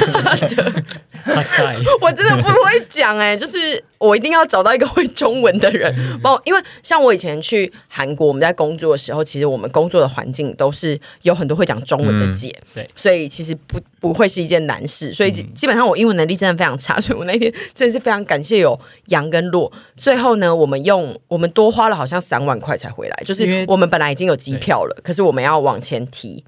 S5: 他晒，
S1: (laughs) 我真的不会讲哎、就是我一定要找到一个会中文的人帮我，因为像我以前去韩国，我们在工作的时候，其实我们工作的环境都是有很多会讲中文的姐，
S5: 对
S1: 所以其实不不会是一件难事，所以基基本上我英文能力真的非常差， (laughs) 所以我那天真的是非常感谢有杨跟洛。最后呢，我们用我们多花了好像三万块才回来，就
S5: 因
S1: 是
S5: 为
S1: 我们本来已经有机票了，可是我们要往前提，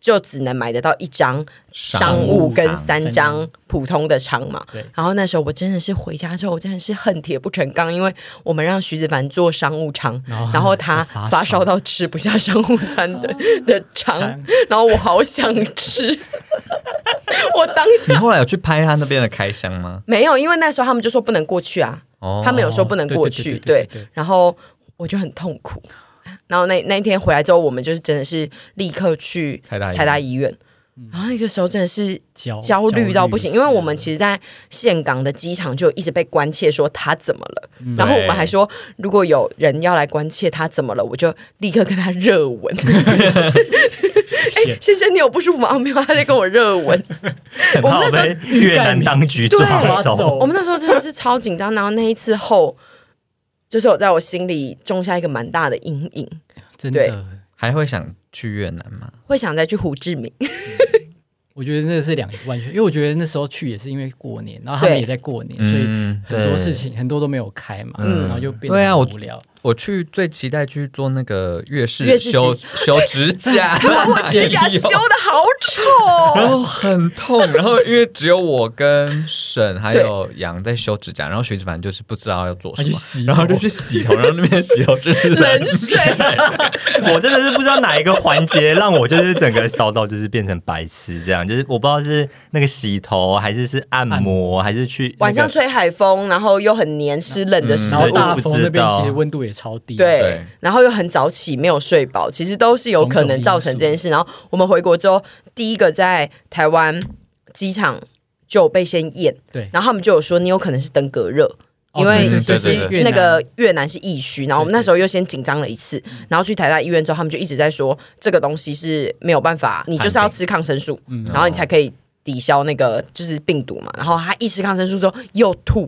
S1: 就只能买得到一张商务跟三张普通的舱嘛
S5: 对。
S1: 然后那时候我真的是回家之后，我真的是恨铁不成钢，因为我们让徐子凡做商务舱，
S5: (laughs) 然后
S1: 然后他
S5: 发烧
S1: 发烧到吃不下商务餐的的
S5: (laughs)
S1: 舱，然后我好想吃， (laughs) 我当
S6: 你
S1: 下
S6: 后来有去拍他那边的开箱吗？
S1: 没有，因为那时候他们就说不能过去啊，
S6: 哦，
S1: 他们有说不能过去，
S5: 对对对
S1: 对
S5: 对对对，
S1: 然后我就很痛苦。然后那那一天回来之后，我们就是真的是立刻去
S6: 台大医院
S1: 台大医院，然后那个时候真的是
S5: 焦
S1: 哦焦虑到不行，因为我们
S5: 实
S1: 其实，在岘港的机场就一直被关切说他怎么了，然后我们还说如果有人要来关切他怎么了，我就立刻跟他热 (laughs) 吻。哎，先生，你有不舒服吗？哦没有，他在跟我热 (laughs) 吻。
S4: 很
S1: 我们
S4: 怕
S1: 那时候
S4: 被越南当局
S1: 对啊
S4: 抓
S5: 抓
S4: 走
S5: 走。
S1: 我们那时候真的是超紧张，然后那一次后，就是我在我心里种下一个蛮大的阴影，
S5: 真
S1: 对
S5: 的，
S6: 还会想去越南吗？
S1: 会想再去胡志 (laughs) 明。
S5: 我觉得那是两个完全，因为我觉得那时候去也是因为过年，然后他们
S1: 对
S5: 也在过年，所以
S6: 嗯，
S5: 很多事情很多都没有开嘛，
S4: 嗯
S5: 然后就变得
S6: 对啊
S5: 很
S6: 我
S5: 无聊。
S6: 我去最期待去做那个越
S1: 越
S6: 式
S1: 式
S6: 修修指甲，
S1: 我指甲修的好丑，哦
S6: 然后很痛，然后因为只有我跟沈还有杨在修指甲，然后徐子凡就是不知道要做什么，
S5: 洗
S6: 然后就去洗头，然后那边洗头就是
S1: 冷水。
S4: (laughs) 我真的是不知道哪一个环节让我就是整个烧到就是变成白痴这样，就是我不知道是那个洗头还是是按摩还是去那
S1: 晚
S4: 个
S1: 上吹海风，然后又很黏湿冷的食
S5: 然后
S1: 物，
S5: 大
S4: 不
S5: 风
S4: 知
S5: 那边
S4: 道
S5: 其实温度也超低，
S1: 对
S6: 对，
S1: 然后又很早起，没有睡饱，其实都是有可能造成这件事。然后我们回国之后，第一个在台湾机场就有被先验，
S5: 对
S1: 然后他们就有说你有可能是登革热。
S5: 哦
S1: 因为
S5: 对对
S1: 其实
S6: 对对
S5: 对
S1: 那个越南是疫区，然后我们那时候又先紧张了一次，然后去台大医院之后，他们就一直在说这个东西是没有办法，你就是要吃抗生素，然后你才可以抵消那个就是病毒嘛。然后他一吃抗生素之后又吐，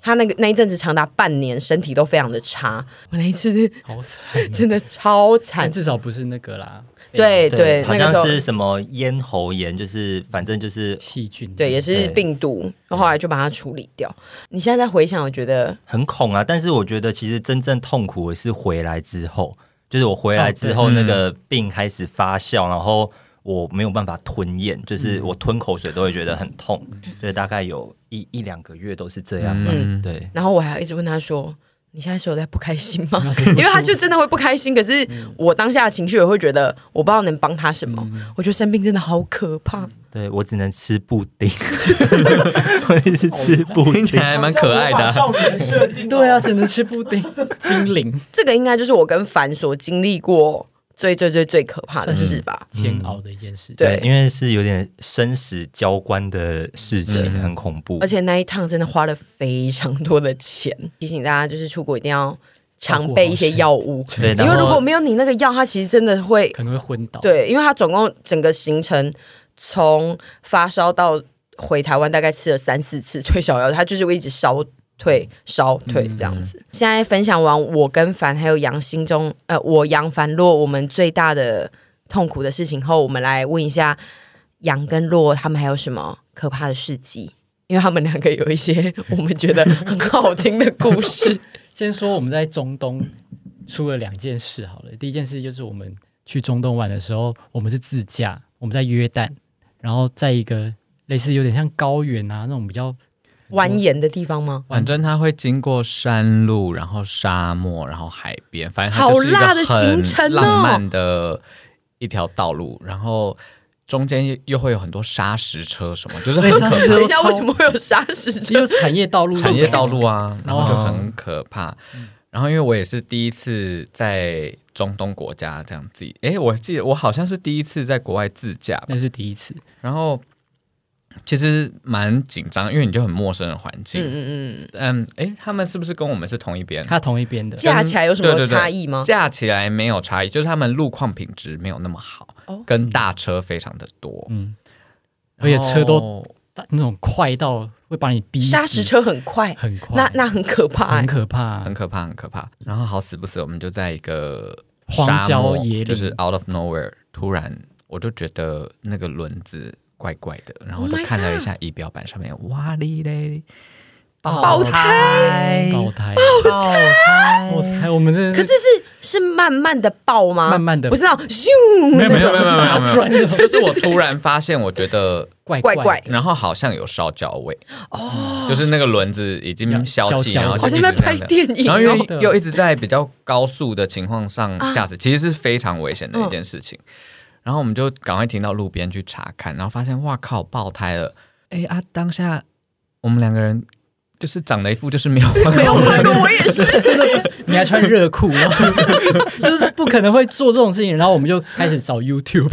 S1: 他那个那一阵子长达半年，身体都非常的差。我那一次
S5: 好惨，
S1: 真的超
S5: 但
S1: 惨，
S5: 至少不是那个啦，
S1: 对对，
S4: 好
S1: 那个时
S4: 像
S1: 候
S4: 是什么咽喉炎，就是反正就是
S5: 细菌
S1: 对也是
S4: 对
S1: 病毒，然后后来就把它处理掉。你现在再回想，我觉得
S4: 很恐啊。但是我觉得其实真正痛苦的是回来之后，就是我回来之后
S6: 哦
S4: 那
S6: 对
S1: 嗯
S4: 个病开始发酵，然后我没有办法吞咽，
S1: 嗯
S4: 就是我吞口水都会觉得很痛，所以大概有一一两个月都是这样吧。
S1: 嗯
S4: 对，
S1: 然后我还要一直问他说：“你现在是有在不开心吗？”因为他就真的会不开心。可是我当下的情绪，我会觉得我不知道能帮他什么。我觉得生病真的好可怕。
S4: 对我只能吃布丁，
S1: (laughs)
S4: 我一直吃
S1: 哦
S4: 布
S6: 听起
S4: 丁。
S6: 来还蛮可爱的啊、
S2: 少年设定
S5: 对啊，只能吃布丁， (laughs) 精灵
S1: 这个应该就是我跟凡所经历过最最最最可怕的事吧。
S5: 煎熬的一件事。
S1: 对
S4: 因为是有点生死交关的事情，很恐怖。
S1: 嗯而且那一趟真的花了非常多的钱。提醒大家，就是出国一定要常备一些药物，
S4: 对，
S1: 因
S4: 然
S1: 为如
S4: 后
S1: 果没有你那个药，它其实真的会
S5: 可能会昏倒。，
S1: 对，因为他总共整个行程从发烧到回台湾，大概吃了三四次退烧药，他就是会一直烧退烧退这样子。现在分享完我跟凡还有杨心中，呃，我杨凡洛我们最大的痛苦的事情后，我们来问一下杨跟洛他们还有什么可怕的事迹。因为他们两个有一些我们觉得很好听的故事，
S5: 先说我们在中东出了两件事好了。第一件事就是我们去中东玩的时候，我们是自驾，我们在约旦，然后在一个类似有点像高原啊那种
S1: (laughs)
S5: 比较
S1: 蜿蜒的地方吗？
S6: 反正它会经过山路，然后沙漠，然后海边，反正它
S1: 好
S6: 就是一个
S1: 辣的行
S6: 很
S1: 程哦
S6: 浪漫的一条道路。然后中间又又会有很多砂石车什么，就是很
S5: 对
S6: 可
S5: 砂石车
S1: 等
S6: 怕
S1: 一下，为什么会有砂石
S5: 因
S1: 车
S5: 为？产业道路那种
S6: 产业道路啊，
S5: 然
S6: 然后
S5: 后
S6: 就很可怕。然后因为我也是第一次在中东国家这样自己，诶，我记得我好像是第一次在国外自驾吧，
S5: 那是第一次，
S6: 然后其实蛮紧张，因为你就很陌生的环境。
S1: 嗯嗯嗯，
S6: 嗯，诶，他们是不是跟我们是同一边？
S5: 它同一边的，
S1: 架起来有什
S6: 对
S1: 么
S6: 嗯对对
S1: 差异吗？
S6: 架起来没有差异，就是他们路况品质没有那么好，
S1: 哦
S6: 跟大车非常的多，
S5: 嗯，而且车都
S6: 哦
S5: 大那种快到会把你逼死
S1: 哦砂石车很快，
S5: 很快，
S1: 那那很可怕欸
S5: 很。可怕啊
S6: 很，可怕，很可怕。然后好死不死，我们就在一个
S5: 荒
S6: 沙漠
S5: 郊野岭
S6: 就是 out of nowhere，突然我就觉得那个轮子怪怪的，然后我
S1: Oh
S6: 就
S1: my
S6: 看了一下仪表板上面，哇哩嘞，
S1: 爆
S4: 胎
S5: 爆胎，
S4: 爆胎
S5: 爆胎，我们真的
S1: 可是是是慢慢的爆吗？
S5: 慢慢地
S1: 不是那种咻
S5: 没
S1: 那
S5: 有没有
S1: 种
S5: 没有没有
S6: 没有
S5: 打转的
S6: 就是我突然发现，我觉得，
S5: 怪
S1: 怪
S5: 怪
S1: 怪
S5: 的，
S6: 然后好像有烧焦味哦，就是那个轮子已经消
S5: 消
S6: 气，
S5: 焦
S6: 然后就
S1: (laughs) 好像
S6: 一
S1: 在
S6: 直这
S1: 拍
S6: 样的
S1: 电影
S6: (laughs) 然后
S1: 哦。
S6: 又
S5: 真的
S6: 又一直在比较高速的情况上
S1: 啊
S6: 驾驶，其实是非常危险的一件事情。
S1: 嗯
S6: 然后我们就赶快停到路边去查看，然后发现哇靠，爆胎了！哎啊，当下我们两个人就是长了一副就是没有
S1: (laughs) 没有换过，我也
S5: (laughs)
S1: 是。
S5: 真的就是你还穿热裤，然后 (laughs) 就是不可能会做这种事情。然后我们就开始找 YouTube，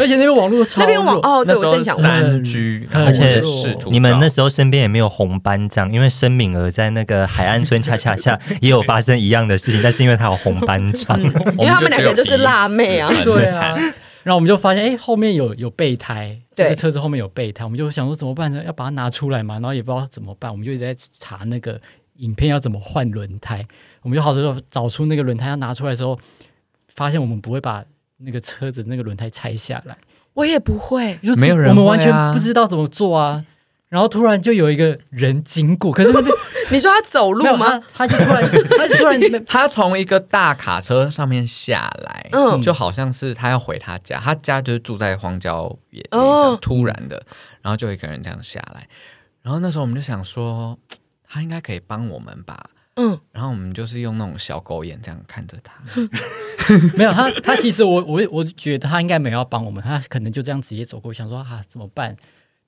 S5: 而且那边网络超
S1: 那边网
S5: 弱
S1: 哦，对
S6: 那
S1: 我
S6: 时
S1: 正
S6: 候
S1: 想
S5: 散
S1: 问，
S6: 三 G，
S5: 很
S6: 然后我们
S4: 弱
S6: 就试图
S4: 你们那
S6: 找
S4: 时候身边也没有红斑这样，因为申敏儿在那个海岸村恰恰 (laughs) 恰也有发生一样的事情，但是因为她有红斑章，
S1: 因为他们两个人
S6: 我们
S1: 就
S6: 就只有
S1: 是辣妹啊
S6: 彼。此
S5: 对啊。 (laughs) 然后我们就发现，哎、后面有有备胎，就是
S1: 对
S5: 车子后面有备胎，我们就想说怎么办呢？要把它拿出来嘛，然后也不知道怎么办，我们就一直在查那个影片要怎么换轮胎，我们就好时候找出那个轮胎要拿出来的时候，发现我们不会把那个车子那个轮胎拆下来。
S1: 我也不会，
S5: 就
S6: 没有人
S5: 我们完
S6: 会啊
S5: 全不知道怎么做啊。然后突然就有一个人经过，可是那边
S1: 你说他走
S5: 没有
S1: (laughs) 路吗？？
S5: 他他就突然，他就突
S1: (laughs)
S5: 然那
S6: 他从一个大卡车上面下来，
S1: 嗯
S6: 就好像是他要回他家，他家就是住在荒郊野地这
S1: 哦
S6: 样，突然的，然后就一个人这样下来，然后那时候我们就想说，嘖他应该可以帮我们吧，
S1: 嗯，
S6: 然后我们就是用那种小狗眼这样
S1: (laughs)
S6: 看着他，
S5: (laughs) 没有他，他其实我我我觉得他应该没有要帮我们，他可能就这样直接走过去，想说啊怎么办？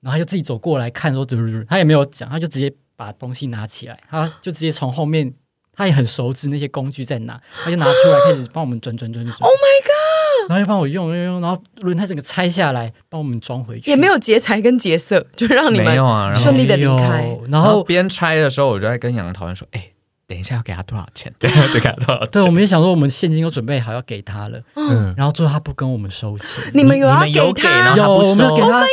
S5: 然后他就自己走过来看说，嘟嘟嘟他也没有讲，他就直接把东西拿起来，他就直接从后面，他也很熟知那些工具在哪，他就拿出来开始帮我们转转转转。Oh my god！然后就帮我用用用，然后轮胎整个拆下来，帮我们装回去，
S1: 也没有劫财跟劫色，就让你
S6: 没
S1: 们
S6: 有啊，然后
S1: 顺利地离开
S5: 没有。哎然
S6: 然后
S5: 后
S6: 边拆的时候，我就在跟杨讨论说，哎、等一下要给他多少钱？
S4: 对， (laughs)
S1: 啊
S4: 对，看到
S5: 对，我们也想说，我们现金都准备好要给他了，
S4: 嗯，
S5: 然后最后他不跟我们收钱，
S1: 你们有要
S4: 你们有
S1: 给
S4: 给然
S1: 他？Oh
S4: 后他
S5: 有
S4: 不
S5: 我们有
S4: 收
S5: 给他，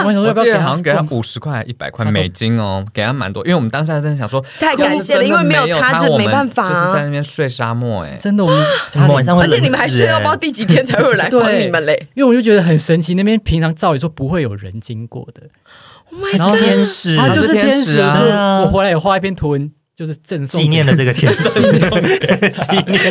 S5: 我们想说
S6: 我
S5: 要不
S6: 记
S5: 要给
S6: 得
S5: 他
S6: 好像
S5: (laughs)
S6: 给他
S5: 送
S6: 五十块、一百块
S5: 他都
S6: 美金哦，给他蛮多，因为我们当下真的想说，
S1: 太感谢了
S6: 如
S1: 因
S6: 果是真的
S1: 为没有他
S6: 没
S1: 这
S6: 有
S1: 没办法啊
S6: 我们就是在那边睡沙漠哎、
S5: 真的，我们
S4: 我
S5: 差点
S4: 们晚上会
S1: 而
S4: 冷死、
S1: 且你们还睡到不知道
S4: 包
S1: 第几天才会有人
S5: (laughs)
S1: 来帮
S5: 欸对
S1: 你们嘞。
S5: 因为我就觉得很神奇，那边平常照理说不会有人经过的，
S1: Oh my
S5: (laughs) 然后
S1: god！
S4: 天使
S5: 然后就是
S6: 天使啊
S5: 就是
S4: 对啊
S5: 我回来也画一篇图文，就是赠送
S4: 纪念了这个天使，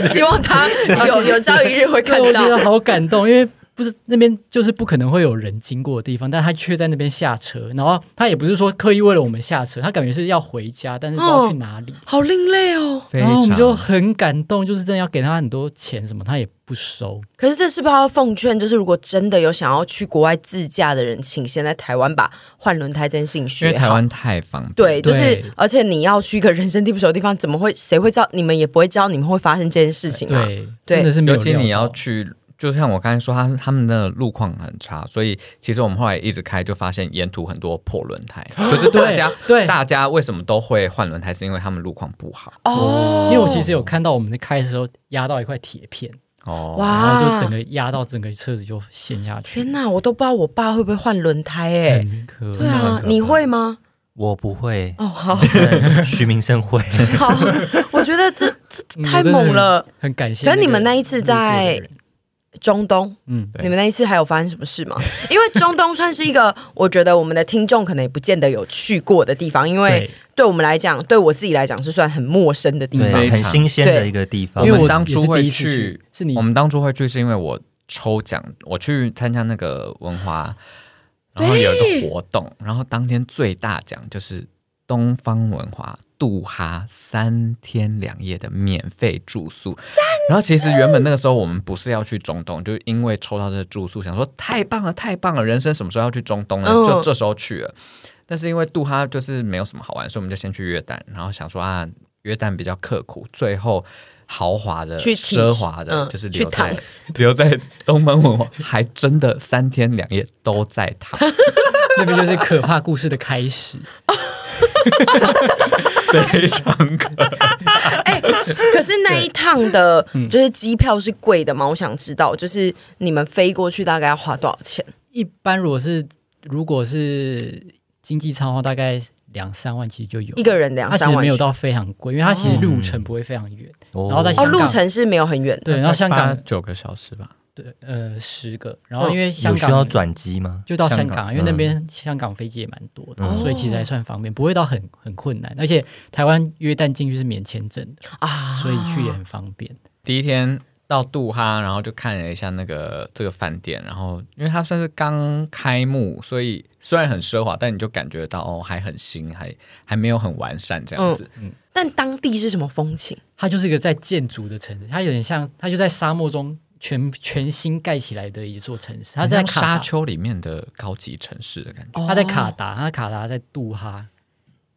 S1: (laughs) 希望
S5: (laughs)
S1: 他有有朝一日会
S5: 给。对，
S1: 看
S5: 我觉
S1: 到
S5: 得。好感动，因为不是那边就是不可能会有人经过的地方，但他却在那边下车，然后他也不是说刻意为了我们下车，他感觉是要回家，但是不知道去哪里。
S1: 好另类哦，
S6: 非
S5: 然后我们
S6: 常
S5: 就很感动，就是真的要给他很多钱什么，他也不收。
S1: 可是这是不是要奉劝？就是如果真的有想要去国外自驾的人，请先在台湾把换轮胎这件事情
S6: 因
S1: 学
S6: 为台
S1: 好。
S6: 湾太方便，
S1: 对，就
S5: 对
S1: 是，而且你要去一个人生地不熟的地方，怎么会谁会知道？你们也不会知道你们会发生这件事情啊。
S5: 对，
S1: 对
S5: 真的是没有
S6: 尤
S5: 料到。
S6: 其你要去，就像我刚才说，他他们的路况很差，所以其实我们后来一直开，就发现沿途很多破轮
S5: (gasps)
S6: 胎。可是大家
S5: 对
S6: 大家为什么都会换轮胎？是因为他们路况不好
S1: 哦
S5: 因为我其实有看到我们在开的时候压到一块铁片，
S6: 哦。
S5: 然
S1: 哇，
S5: 后就整个压到整个车子就陷下去。
S1: 啊天哪，我都不知道我爸会不会换轮胎哎。
S5: 很可
S1: 对
S5: 怕
S1: 啊，你会吗？
S4: 我不会，
S1: 哦，好
S4: 但徐明生会。
S1: 好， (laughs) 我觉得这这
S5: 嗯
S1: 太
S5: 我真的
S1: 猛
S5: 很
S1: 了。
S5: 很感谢。
S1: 可是你们那一次在，中东，
S5: 嗯，
S6: 对
S1: 你们那一次还有发生什么事吗？因为中东算是一个，我觉得我们的听众可能也不见得有去过的地方，因为
S5: 对，
S1: 对我们来讲，对我自己来讲是算很陌生的地
S4: 对啊 (laughs)
S1: 方。，
S6: 非常
S4: 很新鲜的一个地方
S5: 因。为我
S6: 我们当初
S5: 也是
S6: 会
S5: 第一次
S6: 去
S5: 去，是你
S6: 我们当初会去是因为我抽奖，我去参加那个文华，
S5: 哎
S6: 然后有一个活动，然后当天最大奖就是东方文华杜哈三天两夜的免费住宿。然后其实原本那个时候我们不是要去中东，就是因为抽到这个住宿，想说太棒了，太棒了，人生什么时候要去中东呢？
S1: 嗯
S6: 就这时候去了。但是因为杜哈就是没有什么好玩，所以我们就先去约旦，然后想说啊，约旦比较刻苦，最后豪华的、
S1: 去体
S6: 奢华的，
S1: 嗯
S6: 就是
S1: 去
S6: 留
S1: 躺
S6: 在 (laughs) 留在东门文化，还真的三天两夜都
S1: (laughs)
S6: 在躺。
S5: 那边就是可怕故事的开始。
S6: 非常可
S1: 哎、可是那一趟的，
S5: 嗯
S1: 就是机票是贵的吗？我想知道，就是你们飞过去大概要花多少钱？
S5: 一般如果是如果是经济舱的话，大概两三万其实就有
S1: 一个人两
S5: 它啊其
S1: 三
S5: 实
S1: 万
S5: 没有
S1: 去
S5: 到非常贵，因为它其实路程不会非常远，
S4: 哦
S5: 然后在
S1: 哦，
S5: 香港、
S1: 路程是没有很远的。
S5: 对，然后香港
S6: 九个小时吧，
S5: 对呃十个，然后因为香
S4: 哦有需
S5: 港
S4: 要转机吗？
S5: 就到香
S4: 香
S5: 港，
S4: 港
S5: 因为那边香港飞机也蛮多的，
S1: 嗯
S5: 所以其实还算方便，不会到很很困难。而且台湾约旦进去是免签证的，
S1: 啊，
S5: 所以去也很方便。
S6: 第一天到杜哈，然后就看了一下那个这个饭店，然后因为它算是刚开幕，所以虽然很奢华，但你就感觉到哦还很新，还还没有很完善这
S1: 嗯
S6: 样子。
S1: 但当地是什么风情？
S5: 它就是一个在建筑的城市，它有点像，它就在沙漠中全全新盖起来的一座城市。它
S6: 它
S5: 在
S6: 在
S5: 卡
S6: 沙
S5: 达，
S6: 丘里面的高级城市的感觉。
S5: 它在卡达，它卡达在杜哈，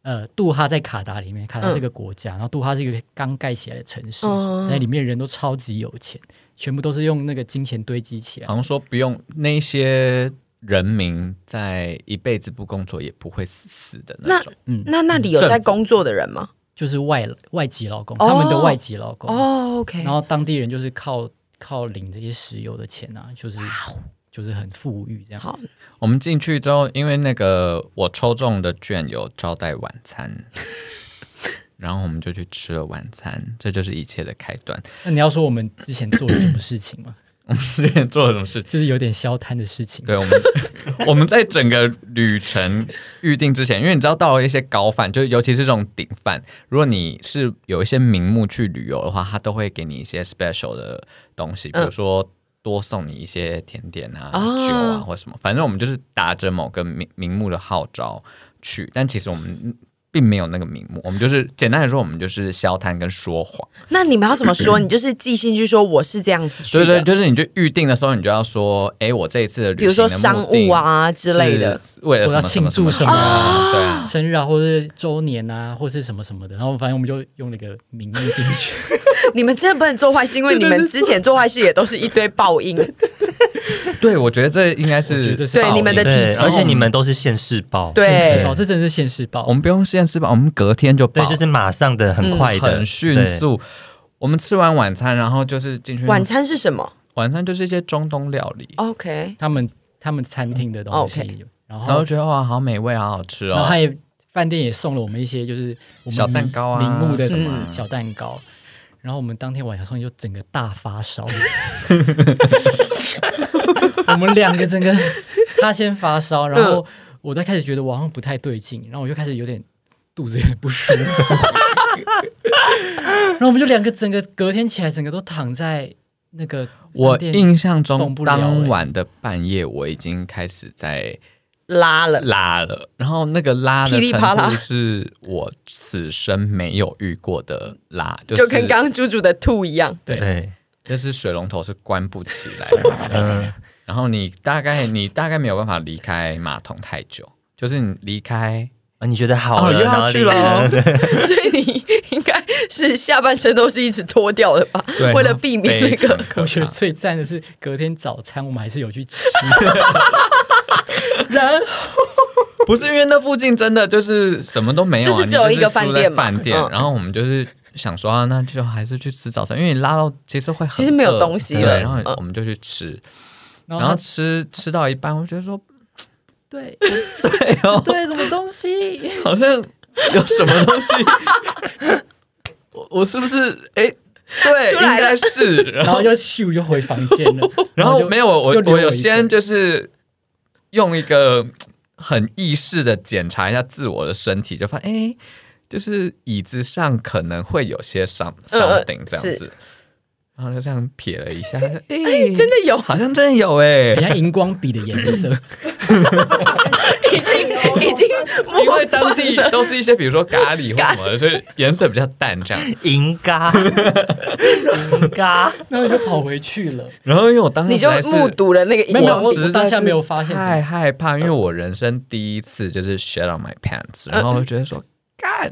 S5: 呃，杜哈在卡达里面，卡达是一个国家，然后杜哈是一个刚盖起来的城市，
S1: 嗯
S5: 在里面人都超级有钱，全部都是用那个金钱堆积起来的
S6: 好。像说不用那些人民在一辈子不工作也不会死死的那种。
S5: 嗯
S1: 那那里有在
S6: 政府
S1: 工作的人
S5: 哦
S1: 吗？
S5: 就是外外籍劳工，
S1: 哦
S5: 他们的外籍劳工，
S1: 哦，OK，
S5: 然后当地人就是靠靠领这些石油的钱啊，就是就是很富裕这样。
S1: 好，
S6: 我们进去之后，因为那个我抽中的券有招待晚
S5: (laughs)
S6: 餐，然后我们就去吃了晚餐，这就是一切的开端。 (laughs)
S5: 那你要说我们之前做了什么事情吗？ (clears throat)
S6: 我们之前做了什么事？
S5: 就是有点消摊的事情。
S6: 对我们，我们在整个旅程预定之前，因为你知道到了一些高饭，就尤其是这种顶饭，如果你是有一些名目去旅游的话，他都会给你一些 special 的东西，比如说多送你一些甜点啊、
S1: 哦
S6: 酒啊或什么。反正我们就是打着某个名名目的号召去，但其实我们并没有那个名目，我们就是简单来说，我们就是消摊跟说谎。
S1: 那你们要怎么说？你就是寄信去说我是这样子去
S6: 对
S1: 的，
S6: 对，就是你就预定的时候，你就要说，哎，我这一次的旅行
S1: 比如说
S6: 的目
S1: 商务
S6: 的
S1: 啊之类的。，
S6: 为了
S5: 我要
S6: 什么什么
S5: 庆祝
S6: 什
S5: 什么
S6: 么，对啊，
S5: 生日啊，或是周年啊，或是什么什么的，然后反正我们就用了一个名义进
S1: (laughs)
S5: 去，
S1: 你们真的不能做坏事，因为你们之前做坏事也都是一堆报
S5: (laughs)
S1: 应。
S6: 对，我觉得这应该
S5: 我觉
S6: 是
S5: 得是
S1: 对
S6: 报应
S1: 你们的体
S4: 对，
S1: 质
S4: 而且你们都是现世报，
S1: 对
S5: 现世哦报，这真的是现世报
S6: 我。们不用现世吧，我们隔天就报，
S4: 对，就是马上的，嗯很快的，
S6: 很迅速。我们吃完晚餐，然后就是进去
S1: 晚餐哦是什么
S6: 晚餐就是一些中东料理，
S1: ？OK，
S5: 他们他们餐厅的东西
S1: 哦 OK
S5: 然
S6: 然后
S5: 后
S6: 觉得哇，好美味，好好吃
S5: 然后
S6: 哦
S5: 他。也饭店也送了我们一些就是我们
S6: 小蛋糕啊
S5: 名目的
S6: 什么啊
S5: 小蛋糕。然后我们当天晚上就整个大发
S6: (laughs)
S5: 烧，我们两个整个他先发烧，然
S6: 嗯
S5: 后我在开始觉得我好像不太对劲，然后我就开始有点肚子有点不舒服， (laughs) 然后我们就两个整个隔天起来，整个都躺在那个
S6: 我
S5: 饭店
S6: 印象中
S5: 动不了欸
S6: 当晚的半夜，我已经开始在
S1: 拉了，
S6: 拉了，然后那个拉
S1: 噼
S6: 的
S1: 里啪
S6: 程
S1: 啦
S6: 度是我此生没有遇过的拉，就
S1: 就是跟刚刚猪猪的吐一
S6: (laughs)
S1: 样。
S4: 对对，
S6: 就是水龙头是关不起来的，
S4: (laughs) 嗯，
S6: 然后你大概你大概没有办法离开马桶太久，就是你离开
S4: 啊，你觉得好
S6: 哦
S4: 了，
S6: 又要
S4: 然后呃
S6: 去了哦
S4: (laughs) 对
S1: 所以你应该是下半身都是一直脱掉的吧？ (laughs) 为了避免那个，
S5: 我觉得
S6: 个。
S5: 最赞的是隔天早餐我们还是有去吃， (laughs) 然后
S6: 不是因为那附近真的就是什么都没有啊、
S1: 就是
S6: 你
S1: 只有一个
S6: 住在
S1: 饭店嘛
S6: 饭店，
S1: 嗯
S6: 然后我们就是想说啊，那就还是去吃早餐，因为你拉到其实会很
S1: 其实没有
S6: 饿
S1: 东西
S6: 对
S1: 了
S6: 然后
S1: 嗯
S6: 我们就去吃，
S5: 然
S6: 然
S5: 后
S6: 后
S5: 他
S6: 吃吃到一半，我觉得说
S5: 对
S6: 对哦，
S5: 对什么东西，
S6: 好像有什么东西， (laughs) 我我是不是哎、对，
S1: 出来了
S6: 应该是，
S5: 然后就咻就回房间 (laughs) 了，
S6: 然后
S5: 就
S6: 没有我
S5: 就
S6: 我
S5: 留
S6: 我有
S5: 一个
S6: 先就是用一个很意识的检查一下自我的身体，就发现哎、诶就是椅子上可能会有些 some
S1: 嗯嗯
S6: something 这样
S1: 是
S6: 子，然后就这样瞥了一下，哎、
S1: (laughs) 真的有啊
S6: 好像真的有哎、
S5: (laughs) 人家荧光笔的颜色，
S1: 已经已经摸
S6: (laughs) 因为当地
S1: 钝了
S6: 都是一些比如说咖喱或什么的，所以颜色比较淡这样。
S4: 银嘎，银嘎，
S5: 然后就跑回去了。
S6: 然后因为我当时
S1: 你就
S6: 实在是
S1: 目睹了那个一
S5: 没有没有
S1: 幕
S5: 我
S6: 实在
S5: 当下
S6: 是
S5: 没有发现什么
S6: 太害怕，因为我人生第一次就是 shit on my pants，然后我就觉得说干，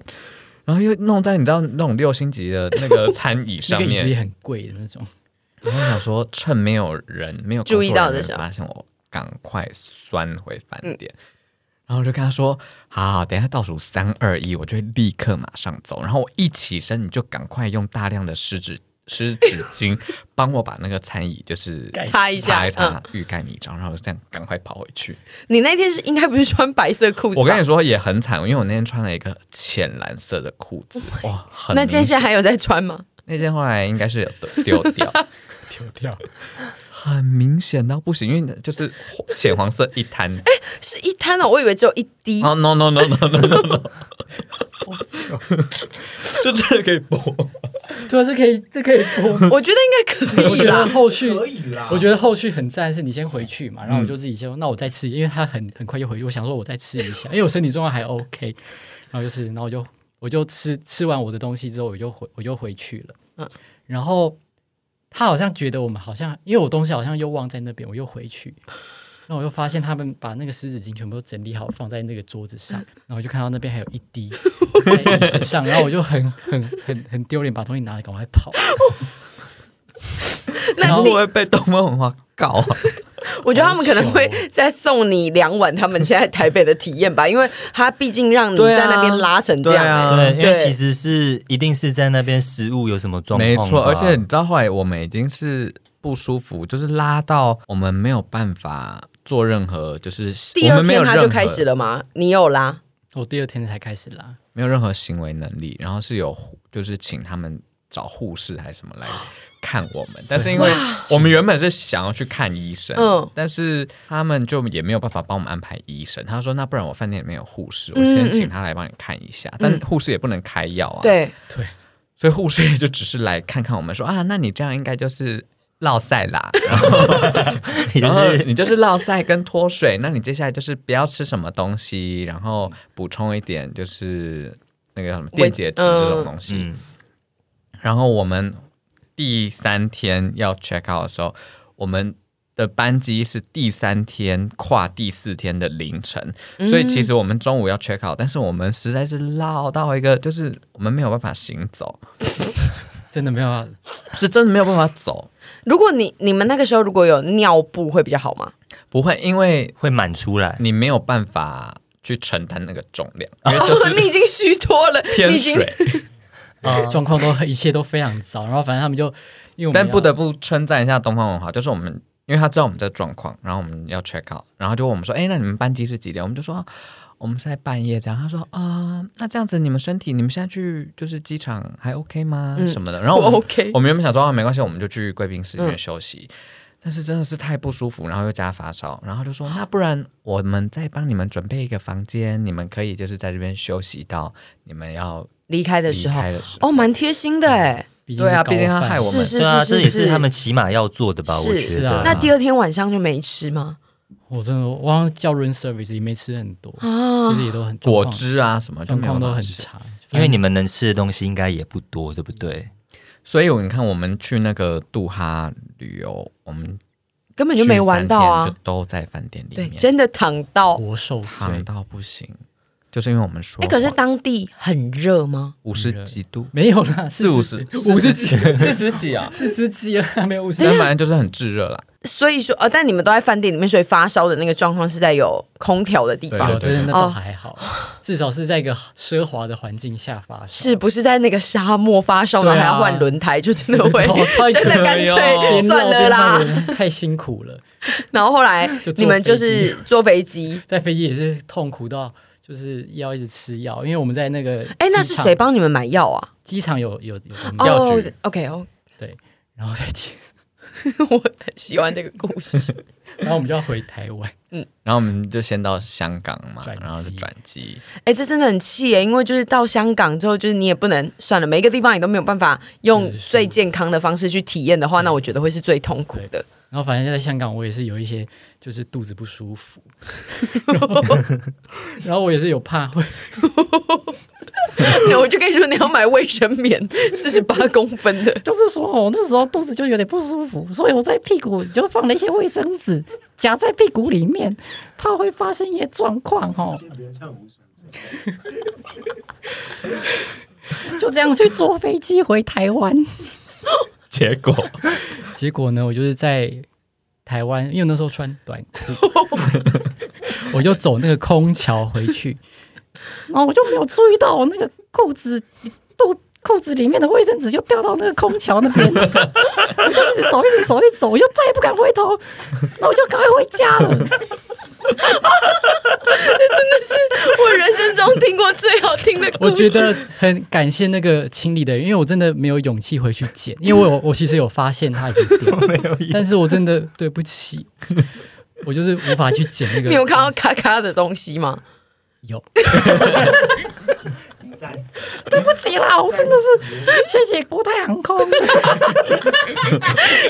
S6: 然后又弄在你知道那种六星级的那个餐椅
S5: 那
S6: 上 (laughs)
S5: 个椅子也
S6: 面，
S5: 很贵的那种，
S6: 然后我想说趁没有人没有工作
S1: 注意到的
S6: 人员
S1: 时候嗯
S6: 发现我赶快钻回饭店。然后我就跟他说：“好好，等一下倒数三二一，我就会立刻马上走。然后我一起身，你就赶快用大量的湿纸湿纸
S1: (laughs)
S6: 巾帮我把那个餐椅就是
S1: 擦一下嗯
S6: 擦一擦，欲盖弥彰，然后这样赶快跑回去。
S1: 你那天是应该不是穿白色裤子吧？
S6: 我跟你说也很惨，因为我那天穿了一个浅蓝色的裤子，哇，很
S1: Oh 那件
S6: 明
S1: 现在
S6: 显
S1: 还有在穿吗？
S6: 那件后来应该是有丢丢掉，
S5: (laughs) 丢掉。
S6: 很明显到不行，因为就是 (laughs) 浅黄色一滩。
S1: 是一滩哦，我以为只有一滴。
S6: 哦、no no no no no no no，这
S1: 哎
S6: (laughs) 真的可以播。
S5: 对啊，这可以，这可以播吗。
S1: 我觉得应该可
S5: 我
S1: 以
S5: 觉得
S1: 啦。
S5: 后续
S2: 可以啦
S5: 我觉得后续很赞，是你先回去嘛，然后我就自己先，那我再吃，因为他很很快就回去，我想说我再吃一下， (laughs) 因为我身体状况还 OK，然后就是，然后我就我就吃吃完我的东西之后，我就回我就回去了，
S1: 嗯
S5: 然后他好像觉得我们好像，因为我东西好像又忘在那边，我又回去。那我就发现他们把那个湿纸巾全部都整理好放在那个桌子上，然后我就看到那边还有一滴在椅子上，然后我就很很很很丢脸，把东西拿来赶快跑。
S1: 那
S5: 然后
S6: 会不会被东方文化告
S5: (laughs)
S6: 啊？
S1: 我觉得他们可能会
S6: 哦
S1: 再送你两碗他们现在台北的体验吧，因为他毕竟让你
S6: 对
S1: 在
S6: 啊
S1: 那边拉成这样、
S6: 对啊
S1: 欸
S4: 对，因为
S1: 对
S4: 其实是一定是在那边食物有什么状况
S6: 没
S4: 吧，
S6: 错，而且你知道后来我们已经是不舒服，就是拉到我们没有办法做任何，就是
S1: 第
S6: 我
S1: 二
S6: 们没有
S1: 天他
S6: 任
S1: 就
S6: 何
S1: 开始了吗？你有拉？
S5: 我第二天才开始拉，
S6: 没有任何行为能力，然后是有护就是请他们找护士还是什么来看我们，但是因为我们原本是想要去看医生，
S1: 嗯
S6: 但是他们就也没有办法帮我们安排医生。他说：“那不然我饭店里面有护士，我
S1: 嗯
S6: 先
S1: 嗯
S6: 请他来帮你看一下。但护士也不能开药啊，，
S1: 对，
S6: 所以护士也就只是来看看我们说啊，那你这样应该就是落塞啦，
S4: 你就
S6: 然后 (laughs)
S4: 是
S6: 你就是落塞跟脱水，那你接下来就是不要吃什么东西，然后补充一点就是那个叫什么电解质这种东西。
S4: 嗯，
S6: 然后我们第三天要 check out 的时候，我们的班机是第三天跨第四天的凌晨，所以其实我们中午要 check out，但是我们实在是落到一个就是我们没有办法行走，
S5: 真的没有啊办法
S6: 是真的没有办法走。
S1: 如果你你们那个时候如果有尿布会比较好吗？
S6: 不会，因为
S4: 会满出来。
S6: 你没有办法去承担那个重量，
S1: (laughs) 你已经虚脱了，你
S6: 偏
S1: 已经
S6: 水。啊
S5: 状况都一切都非常糟，然后反正他们就因为我们
S6: 但
S5: 要
S6: 不得不称赞一下东方文化，就是我们，因为他知道我们这状况，然后我们要 check out，然后就问我们说，哎，那你们班机是几点？我们就说我们是在半夜这样。他说啊、那这样子你们身体，你们现在去就是机场还 OK 吗？
S1: 嗯
S6: 什么的。然后我
S1: 我 (laughs)
S6: 们
S1: OK
S6: 我们原本想说啊，没关系，我们就去贵宾室里面
S1: 嗯
S6: 休息。但是真的是太不舒服，然后又加发烧，然后就说那不然我们再帮你们准备一个房间，你们可以就是在这边休息到你们要
S1: 离开的
S6: 离
S1: 时候，
S6: 开的时候。
S1: 哦，蛮贴心的哎、
S5: 毕
S6: 对
S5: 是
S6: 啊
S5: 高
S6: 毕竟他
S5: 犯
S6: 害我
S1: 是
S6: 们
S1: 是
S4: 对啊，
S1: 是
S4: 这
S1: 是
S4: 也是他们起码要做的吧？
S1: 是
S4: 我觉
S5: 是
S4: 得
S5: 啊
S1: 那第二天晚上就没吃吗？
S5: 我真的我好像叫 room service 也没吃很多，
S1: 啊
S5: 就是也都很
S6: 果汁啊什么就
S5: 状
S6: 没有
S5: 况状况都
S6: 办法
S5: 很
S6: 吃
S5: 差，
S4: 因为你们能吃的东西应该也不多，对不对？
S6: 所以你看，我们去那个杜哈旅游，我们
S1: 根本就没玩到
S6: 去三天
S1: 啊
S6: 就！都在饭店里
S1: 对，
S6: 面，
S1: 真的躺到。
S5: 活受罪
S6: 躺到不行，就是因为我们说
S1: 哎、
S6: 谎，
S1: 可是当地很热吗？
S6: 五十几度，
S5: 没有啦，
S6: 四五十
S5: 十，五十几，
S6: 四十几啊，
S5: (laughs) 四十几了，没有五十
S1: 啊
S6: 但。反正就是很炙热啦。
S1: 所以说，呃，但你们都在饭店里面，所以发烧的那个状况是在有空调的地
S6: 啊对
S1: 方
S5: 有，
S6: 对，
S5: 就是那
S1: 哦
S5: 倒还好，至少是在一个奢华的环境下发生。
S1: 是不是在那个沙漠发烧，
S5: 对
S1: 然后
S5: 啊
S1: 还要换轮胎，就真的会
S5: 哦太可以哦
S1: 真的干脆
S5: 边绕
S1: 算了啦
S5: 边。骂人太辛苦了。
S1: 然后后来
S5: 就坐飞机
S1: 你们就是坐飞机，
S5: 在飞机也是痛苦到就是要一直吃药，因为我们在那个
S1: 哎、那
S5: 机
S1: 是
S5: 场
S1: 谁？帮你们买药啊？
S5: 机场有有有有
S6: 药
S1: 哦
S6: 局
S1: ，OK，哦， (laughs)
S5: 对，然后在机， (laughs)
S1: 我很喜欢这个故事。 (laughs)
S5: 然后我们就要回台湾，
S6: 然后我们就先到香港嘛
S5: 转，机
S6: 然后就转机，
S1: 哎、这真的很气耶！因为就是到香港之后，就是你也不能算了，每一个地方你都没有办法用
S5: 是
S1: (laughs)
S5: 是
S1: 最健康的方式去体验的话，那我觉得会是最痛苦的。
S5: 然然后反正在香港，我也是有一些就是肚子不舒服， (laughs) 然后然后我也是有怕会
S1: 我就跟你说，你要买卫生棉，四十八公分
S5: (laughs)
S1: 的。
S5: 就是说我那时候肚子就有点不舒服，所以我在屁股就放了一些卫生纸 (laughs) 夹在屁股里面，怕会发生一些状况哦。 (laughs) 就这样去坐飞机回台湾，
S6: 结果
S5: 结果呢，我就是在台湾，因为那时候穿短裤， (laughs) 我就走那个空桥回去，然哦后我就没有注意到我那个裤子肚裤子里面的卫生纸就掉到那个空桥那边， (laughs) 了。我就一直走，一直走，一直走，我就再也不敢回头，那我就赶快回家了。 (laughs)
S1: 我人生中听过最好听的故
S5: (laughs) 我
S1: 事。
S5: 觉得很感谢那个清理的人，因为我真的没有勇气回去捡，因
S1: (laughs)
S5: 为我有我其实有发现它已经掉，但是我真的对不起，我就是无法去捡那个。
S1: 你 (laughs) 有看到咔咔的东西吗？
S5: 有，对不起啦，我真的是谢谢国泰航空。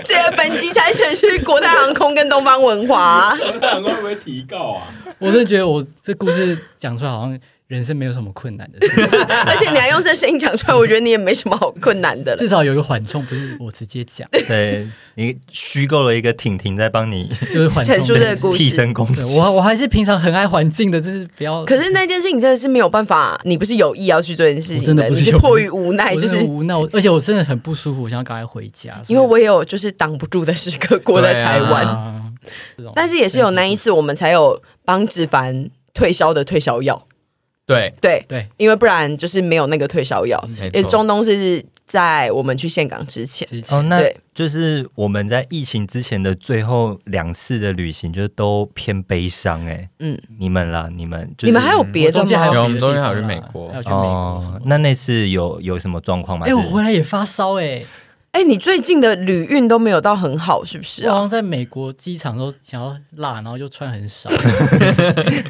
S1: 这个本集筛选是国泰航空跟东方文
S5: (laughs)
S1: 华。
S7: 那会不会提告啊？
S5: 我真的觉得我这故事讲出来，好像人生没有什么困难的
S1: (laughs)
S5: 事情，
S1: 而且你还用这声音讲出来，我觉得你也没什么好困难的了。
S5: 至少有一个缓冲，不是我直接讲，
S4: 对你虚构了一个婷婷在帮你
S5: 就是缓冲
S1: 陈述这个
S5: 的。
S1: 故事
S4: 替身攻
S5: 对
S4: 击。
S5: 我我还是平常很爱环境的，真是不要。
S1: 可是那件事情真的是没有办法，你不是有意要去做这件事
S5: 我
S1: 情
S5: 真的
S1: 你
S5: 不是
S1: 是
S5: 有意
S1: 迫于无奈，
S5: 我
S1: 就
S5: 真的
S1: 是
S5: 无奈，我而且我真的很不舒服，我想要赶快回家。所以
S1: 因为我也有就是挡不住的时刻过在台湾，
S6: 对啊
S5: 啊，这种
S1: 但是也是有那一次我们才有帮子凡退烧的退烧药，
S6: 对，
S1: 对，
S5: 对
S1: 因为不然就是没有那个退烧药。
S5: 嗯
S6: 没
S1: 也
S5: 哎
S6: 错，
S1: 中东是在我们去岘港之前，
S5: 之前
S4: 哦，那
S1: 对
S4: 就是我们在疫情之前的最后两次的旅行，就是都偏悲伤哎。
S1: 嗯，
S4: 你们啦，你们就是
S1: 你们还有别
S5: 我
S1: 的
S5: 中间还
S1: 吗？
S5: 有
S6: 有我们中间还有
S5: 别的地
S6: 去
S5: 方
S6: 美国
S5: 还有去美国什
S4: 哦
S5: 么，的。
S4: 那那次有有什么状况吗？
S5: 哎，我
S4: 是
S5: 回来也发烧哎，
S1: 哎、你最近的旅运都没有到很好，是不是
S5: 我好像
S1: 啊？
S5: 在美国机场都想要辣，然后就穿很
S1: (laughs)
S5: 少，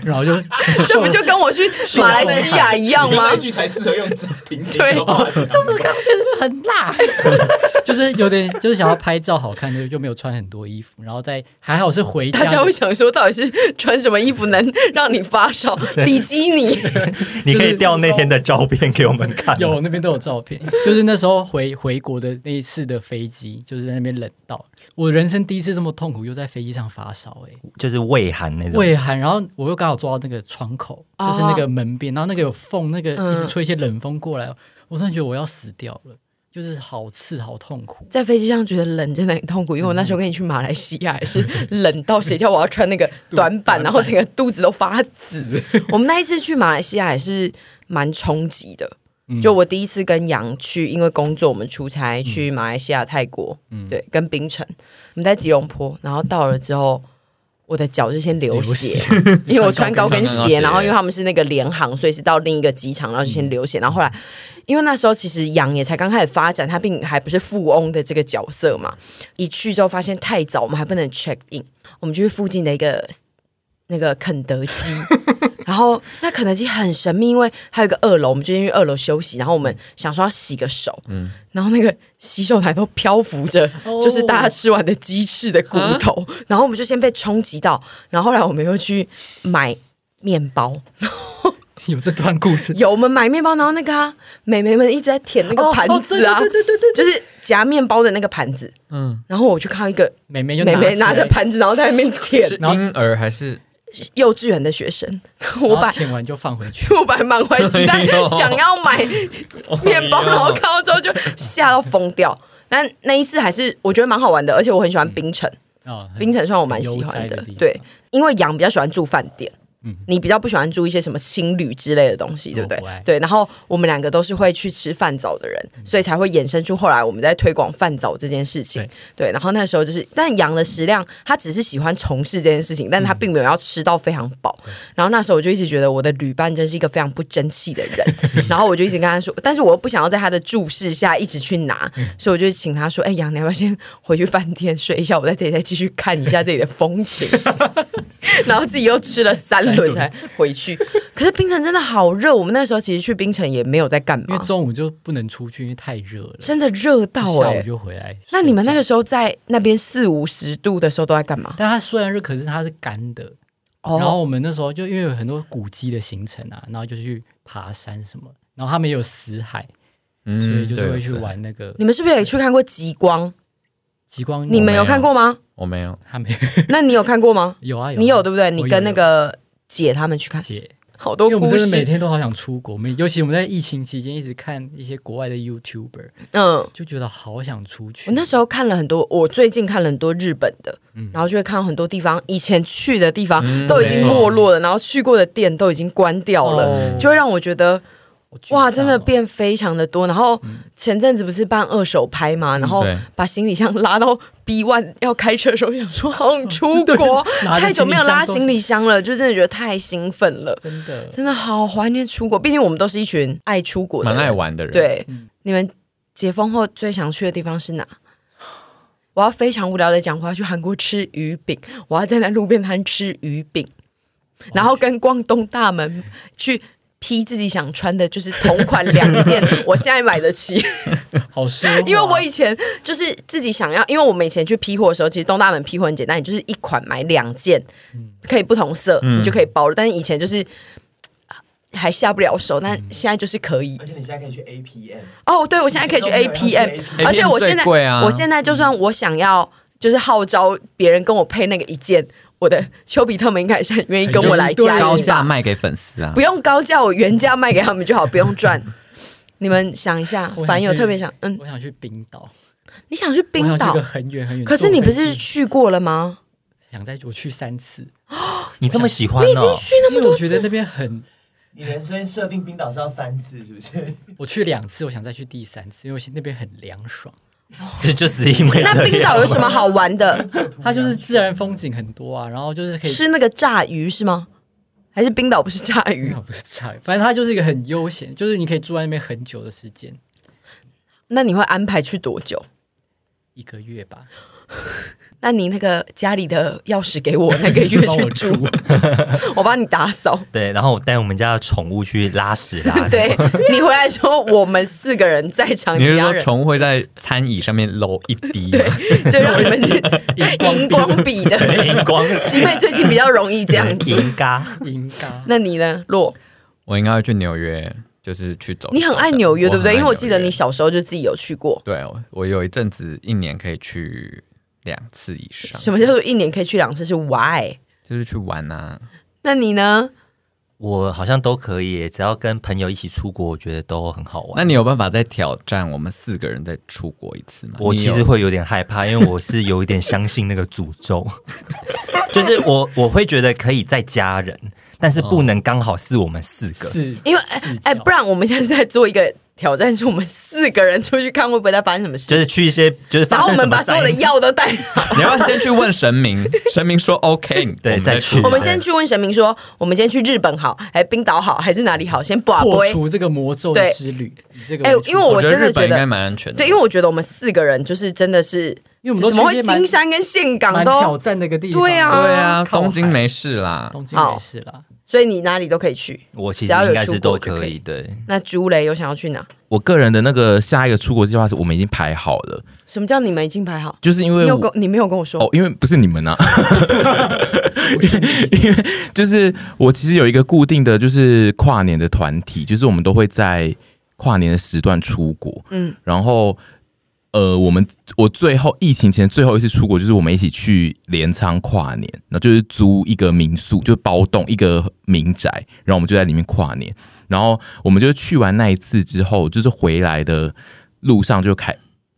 S5: 然后就
S1: (laughs) 这不就跟我去马来西亚一样吗 (laughs)
S7: 那？句才适合用婷婷的话讲
S5: 啊就是啊刚觉得很辣， (laughs) 就是有点就是想要拍照好看，就就没有穿很多衣服，然后再还好是回家
S1: 大
S5: 的，
S1: 家会想说，到底是穿什么衣服能让你发
S5: (laughs)
S1: 烧？比基尼，
S4: 你可以调那天的照片给我们看。
S5: 有那边都有
S1: (laughs)
S5: 照片，就是那时候回回国的那一次的飞机，就是在那边冷到我人生第一次这么痛苦，又在飞机上发烧哎、
S4: 就是胃寒那种。
S5: 胃寒，然后我又刚好坐到那个窗口，
S1: 哦
S5: 就是那个门边，然后那个有缝，那个
S1: 嗯
S5: 一直吹一些冷风过来，我真的觉得我要死掉了，就是好刺，好痛苦。
S1: 在飞机上觉得冷真的很痛苦，因为我那时候跟你去马来西亚也是冷到，谁叫我要穿那个 (laughs) 短版，然后整个肚子都发 (laughs) 紫。我们那一次去马来西亚也是蛮冲击的，就我第一次跟杨去，因为工作我们出差去马来西亚、泰国，对，跟槟城，我们在吉隆坡，然后到了之后。我的脚就先流血，因为我穿高跟
S6: 穿高跟
S1: 鞋，
S6: 鞋
S1: 然后因为他们是那个联航，所以是到另一个机场，然后就先流血。然后后来，因为那时候其实杨也才刚开始发展，他并还不是富翁的这个角色嘛。一去之后发现太早，我们还不能 check in，我们就去附近的一个那个肯德基，然后那肯德基很神秘，因为还有一个二楼，我们就先去二楼休息，然后我们想说要洗个手，嗯，然后那个洗手台都漂浮着，
S5: 哦啊
S1: 就是大家吃完的鸡翅的骨头，然后我们就先被冲击到，然后后来我们又去买面包，
S5: 有这段故事，
S1: 有我们买面包，然后那个啊，美眉们一直在舔那个盘子啊，
S5: 哦对对对对，
S1: 就是夹面包的那个盘子，
S6: 嗯，
S1: 然后我就看到一个
S5: 妹妹就
S1: 妹妹
S5: 起
S1: 拿着
S5: 来，
S1: 盘子，然后在那边舔
S6: 是
S5: 然后
S6: 婴儿还是
S1: 幼稚园的学生， (laughs) 我
S5: 然
S6: 哦
S5: 后
S1: 把
S5: 舔完就放回去。
S1: 我本来满怀期待
S6: 哎呦
S1: 想要买面包，
S6: 哎呦
S1: 然后看到之后就吓到疯掉。但那一次还是我觉得蛮好玩的，而且我很喜欢冰城，
S5: 啊，很
S1: 冰城算我蛮喜欢
S5: 很悠
S1: 的
S5: 哉的地，方
S1: 对，因为杨比较喜欢住饭店。你比较不喜欢住一些什么青旅之类的东西，对嗯哦不对嗯
S5: 我不爱？
S1: 对，然后我们两个都是会去吃饭早的人，所以才会衍生出后来我们在推广饭早这件事情。对，然后那时候就是，但杨的食量，他只是喜欢从事这件事情，但他并没有要吃到非常饱。然后那时候我就一直觉得我的旅伴真是一个非常不争气的 (laughs) 人，然后我就一直跟他说，但是我又不想要在他的注视下一直去拿，所以我就请他说：“哎，杨，你要不要先回去饭店睡一下？我在这里再继续看一下这里的风景。”然后自己又吃了三轮才回去。可是冰城真的好热，我们那时候其实去冰城也没有在干
S5: 因
S1: 嘛
S5: 为，中午就不能出去，因为太热了。
S1: 真的热到
S5: 下
S1: 哎、
S5: 午就回来。
S1: 那你们那个，时候在那边四五十度的时候都在干嘛？
S5: 但它虽然热，可是它是干的。
S1: 哦
S5: 然后我们那时候就因为有很多古迹的行程啊，然后就去爬山什么，然后他们也有死海，
S6: 嗯，
S5: 所以就是
S6: 对
S5: 会去。
S6: 是
S5: 玩那个
S1: 你们是不是也去看过极光？
S5: 极光。 (laughs)
S1: 你们有
S6: 没有
S1: 看过吗？
S6: 我没有，
S5: 他没有？？
S1: 那你有看过吗
S5: (laughs) 有啊有啊，
S1: 你有对不对？
S5: 我
S1: 你
S5: 有
S1: 跟那
S5: 有
S1: 个姐他们去看，
S5: 姐，
S1: 好多
S5: 因为我们
S1: 故
S5: 真的
S1: 事
S5: 每。天都好想出国，我们尤其我们在疫情期间一直看一些国外的 YouTuber，
S1: 嗯，
S5: 就觉得好想出去。
S1: 我那时候看了很多，我最近看了很多日本的，
S5: 嗯
S1: 然后就会看到很多地方以前去的地方
S6: 嗯
S1: 都已经没落了，然后去过的店都已经关掉了，
S5: 哦
S1: 就会让我觉得
S5: 好沮丧哦嗯
S1: 哇，真的变非常的多。然后前阵子不是办二手拍嘛，然后
S6: 对
S1: 把行李箱拉到 B one 要开车的时候，想说好想
S5: (laughs)
S1: 出国，
S5: 拿着
S1: 太久没有拉
S5: 行李箱都
S1: 行李箱了，就真的觉得太兴奋了，
S5: 真的
S1: 真的好怀念出国。毕竟我们都是一群爱出国的
S6: 蛮
S1: 人，
S6: 爱玩的人。，
S1: 对，你们解封后最想去的地方是哪？我要非常无聊的讲，我要去韩国吃鱼饼，我要站在路边摊吃鱼饼，然后跟逛东大门去披自己想穿的，就是同款两件，我现在买得起。
S5: 好啊奢华，
S1: 因为我以前就是自己想要，因为我们以前去批货的时候，其实东大门批货很简单，你就是一款买两件，可以不同色，你就可以包了。但是以前就是呃还下不了手，但现在就是可以
S2: 而。且你现在可以去 APM，
S1: 哦，对，我现在可以去
S2: 以前
S1: APM，
S2: 都没有要去
S6: APM
S1: 而且我现在
S6: 最贵啊
S1: 我现在就算我想要，就是号召别人跟我配那个一件，我的丘比特们应该也是很愿意跟我来加
S6: 高
S1: 一
S6: 价
S1: 吧，
S6: 卖给粉丝啊
S1: 不。用高价，我原价卖给他们就好，不用赚。你们想一下，
S5: 我想
S1: 凡有
S5: 去
S1: 特别想，嗯，
S5: 我想去冰岛，
S1: 你想去冰
S5: 我想去
S1: 岛
S5: 一个，很远很远。
S1: 可是你不是
S5: 坐飞机
S1: 去过了吗？
S5: 想再我去三次，
S4: 你这么喜欢哦？
S1: 去那
S5: 因
S1: 么
S5: 为我
S1: 多
S5: 觉得
S1: 次，
S5: 那边很，
S2: 你人生设定冰岛是要三次，是不是？
S5: (laughs) 我去两次，我想再去第三次，因为我那边很凉爽，
S4: 这 (laughs) 就是因为
S1: 那
S4: 这
S1: 冰
S4: 样。
S1: 岛有什么好玩
S5: (laughs)
S1: 的？
S5: 它就是自然风景很多啊，然后就是可以
S1: 吃那个炸鱼是吗？还是冰岛不是炸鱼
S5: (laughs) 那？不是差，反正它就是一个很悠闲，就是你可以住在那边很久的时间，
S1: 那你会安排去多久？
S5: 一个月吧，
S1: 那你那个家里的钥匙给我，那个月
S5: 帮
S1: 去
S5: 我
S1: 住，我帮你打扫。
S4: 对，然后我带我们家的宠物去拉屎啊拉 (laughs) 尿，
S1: (laughs) 对你回来说，我们四个人在场，
S6: 你
S1: 其
S6: 是
S1: 他
S6: 说
S1: 人
S6: 宠物会在餐椅上面揉一滴吗？
S1: 就让你们去荧光笔的。
S4: 荧
S1: (laughs)
S4: 光
S1: 集妹最近比较容易这样子。
S4: 银嘎，
S5: (laughs) 应
S1: (laughs)
S5: 该
S1: 那你呢，洛？
S6: 我应该会去纽约，就是去走一走。
S1: 你很爱纽约，对不对？因为我记得你
S6: 小。
S1: 小时候就自己有去过。
S6: 对，我我有一阵子一年可以去两次以上，
S1: 什么叫做一年可以去两次？是 why？
S6: 就是去玩啊，
S1: 那你呢？
S4: 我好像都可以耶，只要跟朋友一起出国，我觉得都很好玩。
S6: 那你有办法再挑战我们四个人再出国一次吗？
S4: 我
S6: 你
S4: 其
S6: 有
S4: 实会有点害怕，因为我是有一点相信那个诅咒， (laughs) 就是我我会觉得可以再加人，但是不能刚好是我们四个。
S5: 是
S1: 因为哎哎，不然我们现在是在做一个挑战，是我们四个人出去看会不会再发生什么
S4: 就
S1: 事。
S4: 是去一些，就是
S1: 然
S4: 发
S1: 后我
S4: 生什
S1: 们
S4: 么
S1: 把所有的
S4: 灾
S1: 药都带
S6: (laughs)
S1: 好。
S6: (laughs) 你要不要先去问
S4: (laughs)
S6: 神明，神明说 OK，
S4: 对
S6: 我们
S4: 再去
S1: 我们先去问神明说，我们今天去日本好，还是冰岛好，还是哪里好？先把
S5: 啊破
S1: 龟。
S5: 除这个魔咒
S1: 对
S5: 的之旅。以这个
S1: 哎
S5: 为出
S1: 因为 (laughs) 我
S6: 我觉
S1: 真的
S6: 日本
S1: 觉得
S6: 应该蛮安全的，
S1: 对，因为我觉得我们四个人就是真的是，
S5: 因为我们都
S1: 怎么
S5: 去
S1: 会
S5: 一些蛮
S1: 金山跟岘港
S5: 蛮挑
S1: 都，
S5: 战的一个地方，
S1: 对啊
S6: 对啊，
S5: 靠海
S6: 东京没事啦，
S5: (laughs) 东京也是啦，
S1: 所以你哪里都可以去。
S4: 我其
S1: 只
S4: 实
S1: 要有
S4: 应该是
S1: 出国
S4: 都
S1: 就可
S4: 可
S1: 以
S4: 以，对，
S1: 那朱雷有想要去哪？
S3: 我个人的那个下一个出国计划，我们已经排好了，
S1: 什么叫你们已经排好？
S3: 就是因
S1: 你
S3: 为
S1: 有
S3: 我
S1: 跟你没有跟我说
S3: 哦，因为不是你们啊， (laughs) 因为就是我其实有一个固定的，就是跨年的团体，就是我们都会在跨年的时段出国，
S1: 嗯
S3: 嗯，然后呃，我们我最后疫情前最后一次出国，就是我们一起去镰仓跨年，然后就是租一个民宿，就包栋一个民宅，然后我们就在里面跨年，然后我们就去完那一次之后，就是回来的路上就开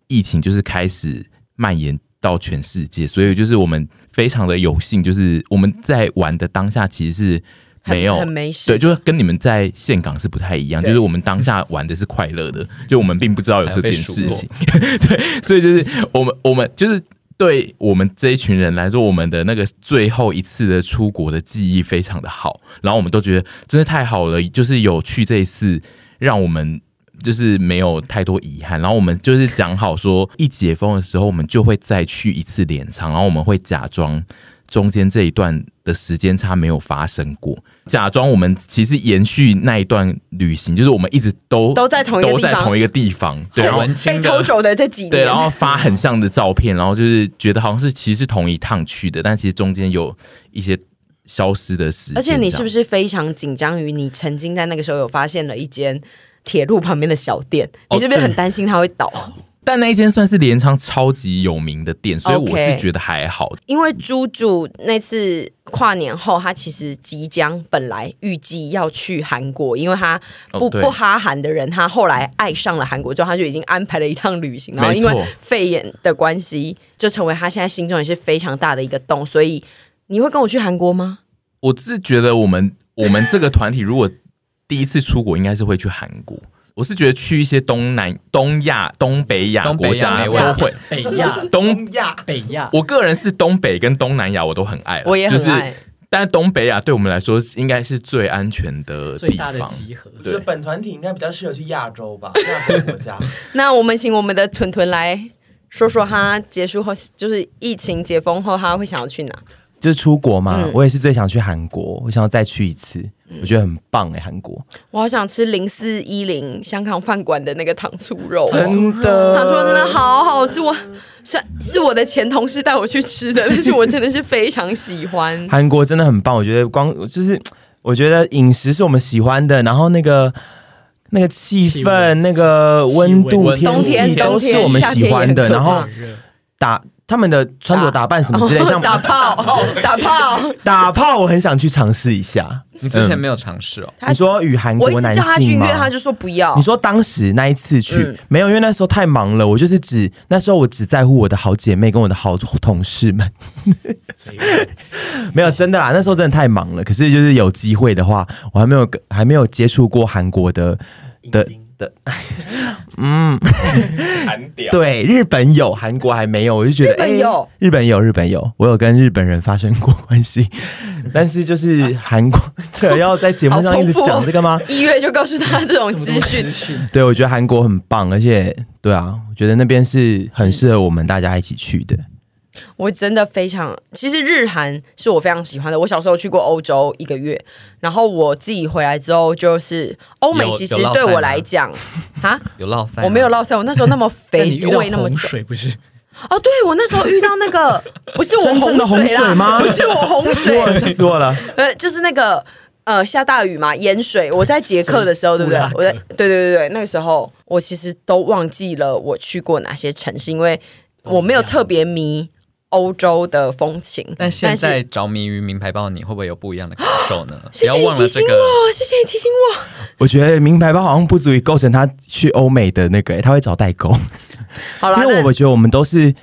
S3: 疫情就是开始蔓延到全世界，所以就是我们非常的有幸，就是我们在玩的当下其实是
S1: 很
S3: 没有
S1: 很没事，
S3: 对，就是跟你们在岘港是不太一样，
S1: 对
S3: 就是我们当下玩的是快乐的，就我们并不知道有这件
S6: 还
S3: 事
S6: 有被
S3: 情。 (laughs) 对，所以就是我们我们就是对我们这一群人来说，我们的那个最后一次的出国的记忆非常的好，然后我们都觉得真的太好了，就是有去这一次，让我们。就是没有太多遗憾，然后我们就是讲好说，一解封的时候，我们就会再去一次镰仓，然后我们会假装中间这一段的时间差没有发生过，假装我们其实延续那一段旅行，就是我们一直都
S1: 都在同一个地
S3: 都在
S1: 方
S3: 同一个地方，对，然
S6: 好
S3: 后
S6: 文
S1: 被
S6: 青
S1: 偷
S6: 的，
S1: 走的这几年，
S3: (laughs) 对，然后发很像的照片，然后就是觉得好像是其实是同一趟去的，但其实中间有一些消失的时间。
S1: 而且你是不是
S3: 是？
S1: 非常紧张于你曾经在那个时候有发现了一间铁路旁边的小店？
S3: 哦
S1: 你是不是很担心它会
S3: (laughs)
S1: 倒？
S3: 但那一间算是镰仓超级有名的店，所以我
S1: OK
S3: 是觉得还好。
S1: 因为猪猪那次跨年后，他其实即将本来预计要去韩国，因为他不、
S3: 哦对
S1: 不哈韩的人，他后来爱上了韩国之后，他就已经安排了一趟旅行，然后
S3: 没
S1: 因
S3: 错
S1: 为肺炎的关系，就成为他现在心中也是非常大的一个洞。所以你会跟我去韩国吗？
S3: 我是觉得我们我们这个团体如果第一次出国，应该是会去韩国。我是觉得去一些东南、东亚、东北亚
S6: 东北亚
S3: 国家
S6: 没
S3: 都
S6: 问题
S3: 会。
S5: 北
S1: (laughs)
S5: 亚，
S3: 东，
S2: 呀，
S5: 北亚，
S3: 我个人是东北跟东南亚我都很爱啦，
S1: 我也很
S3: 呃就是
S1: 爱，
S3: 但是东北亚对我们来说应该是最安全的
S5: 最
S3: 地
S5: 大的
S3: 方。
S5: 集合。
S2: 我觉得
S3: 对，
S2: 本团体应该比较适合去亚洲吧，亚洲国家。
S1: 那我们请我们的屯屯来说说他结束后，就是疫情解封后，他会想要去哪？
S2: (laughs) 就是出国嘛，
S1: 嗯
S2: 我也是最想去韩国，我想要再去一次，
S4: 嗯
S2: 我觉得很棒哎、韩国
S1: 我好想吃零四一零香港饭馆的那个糖醋肉哦，
S2: 真的，。
S1: 糖醋肉真的好好吃，我虽然是我的前同事带我去吃的，但是我真的是非常喜欢
S2: 韩国真的很棒，我觉得光就是我觉得饮食是我们喜欢的，然后那个。那个气
S5: 气
S2: 氛、
S5: 温
S2: 那个温度、
S6: 气
S2: 天
S6: 温
S1: 冬
S2: 气
S1: 天
S2: 都是我们喜欢
S1: 冬天夏天
S2: 的。
S1: 也很可怕
S2: 然后
S5: 很热
S2: 打他们的穿着打扮什么之类，像
S1: 哦打炮，打炮！
S2: 打炮，我很想去尝试一下。
S6: 你之前没有尝试哦，
S1: 他
S2: 你说与韩
S1: 我
S2: 国
S1: 一直
S2: 男
S1: 叫他去
S2: 性
S1: 约，
S2: 吗？
S1: 他就说不要
S2: 你。说当时那一次去、
S1: 嗯
S2: 没有，因为那时候太忙了，我就是只那时候我只在乎我的好姐妹跟我的好同事们， (laughs) 没有真的啦，那时候真的太忙了。可是就是有机会的话，我还没有跟还没有接触过韩国的的的， (laughs) 嗯
S7: 韩屌，
S2: 对，日本有，韩国还没有，我就觉得哎
S1: 日本有
S2: 诶日本有，日本有，我有跟日本人发生过关系，但是就是韩国，这要在节目上一直
S1: 好丰富哦
S2: 讲这个吗？
S1: 一约就告诉他这种资讯，
S2: 对，我觉得韩国很棒，而且对啊，我觉得那边是很适合我们大家一起
S1: (laughs)
S2: 去的。
S1: 我真的非常，其实日韩是我非常喜欢的。我小时候去过欧洲一个月，然后我自己回来之后，就是欧美
S6: 有
S1: 其实
S6: 有落
S1: 对
S6: 腮
S1: 我
S6: 吗
S1: 来讲，哈，
S6: 有落腮
S1: 嗯
S6: 吗，
S1: 我没有落腮，我那时候那么
S5: 但
S1: 肥
S5: 你，遇到
S1: 胃那么
S5: 洪
S1: 肿。
S5: 水
S1: (laughs)
S5: 不是？
S1: 哦，对我那时候遇到那
S2: (laughs)
S1: 个不是我
S2: 真正的
S1: 洪水
S2: 洪
S1: 啦，
S2: 水吗
S1: 不是我洪
S2: (laughs)
S1: 水，
S2: 吓死我了！
S1: 呃，就是那个呃下大雨嘛，淹水。我在捷克的时候，对不对
S5: 苏拉？克
S1: 我在对对对对，那个时候我其实都忘记了我去过哪些城市，因为我
S2: 哦
S1: 没有特别迷欧洲的风情。
S6: 但现
S1: 是
S6: 在着迷于名牌包，你会不会有不一样的感受呢？
S1: (laughs)
S6: 不
S1: 谢
S6: 要
S1: 谢你
S6: 忘
S1: 提
S6: 了这
S1: 醒
S6: 个，
S1: 我，谢谢你提醒我。
S2: 我觉得名牌包好像不足以构成他去欧美的那个、欸他会找代购，
S1: 好了，
S2: 因为
S1: 那嗯
S2: 我觉得我们都是，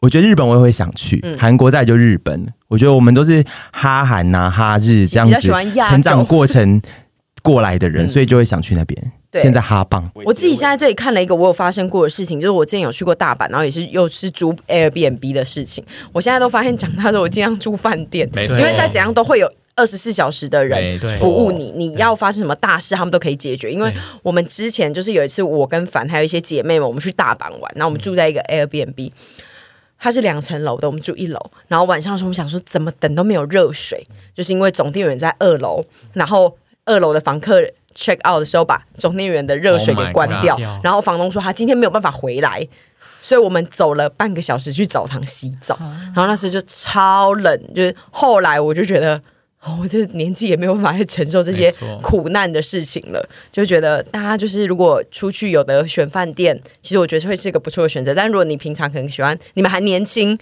S2: 我觉得日本我也会想去，韩、国再来就日本，我觉得我们都是哈韩呐、哈日这样
S1: 比较喜欢
S2: 子
S1: 亚洲嗯
S2: 成长过程过来的人，所以就会想去那边。
S1: 对
S2: 现在哈棒，
S1: 我自己现在这里看了一个我有发生过的事情，就是我之前有去过大阪，然后也是又是租 Airbnb 的事情。我现在都发现长大之后，我尽量住饭店，
S6: 没
S5: 错
S1: 因为再怎样都会有二十四小时的人
S6: 没错
S1: 服务你，你要发生什么大事，他们都可以解决。因为我们之前就是有一次，我跟凡还有一些姐妹们，我们去大阪玩，然后我们住在一个 Airbnb。它是两层楼的，我们住一楼，然后晚上的时候我们想说怎么等都没有热水，就是因为总店员在二楼，然后二楼的房客 check out 的时候把总店员的热水
S6: Oh my
S1: 给关掉
S5: God
S1: 然后房东说他今天没有办法回来，所以我们走了半个小时去澡堂洗澡，然后那时候就超冷，就是后来我就觉得。哦，我这年纪也没有办法再承受这些
S6: 没错
S1: 苦难的事情了，就觉得大家就是如果出去有的选饭店，其实我觉得会是一个不错的选择。但如果你平常可能喜欢，你们还年轻，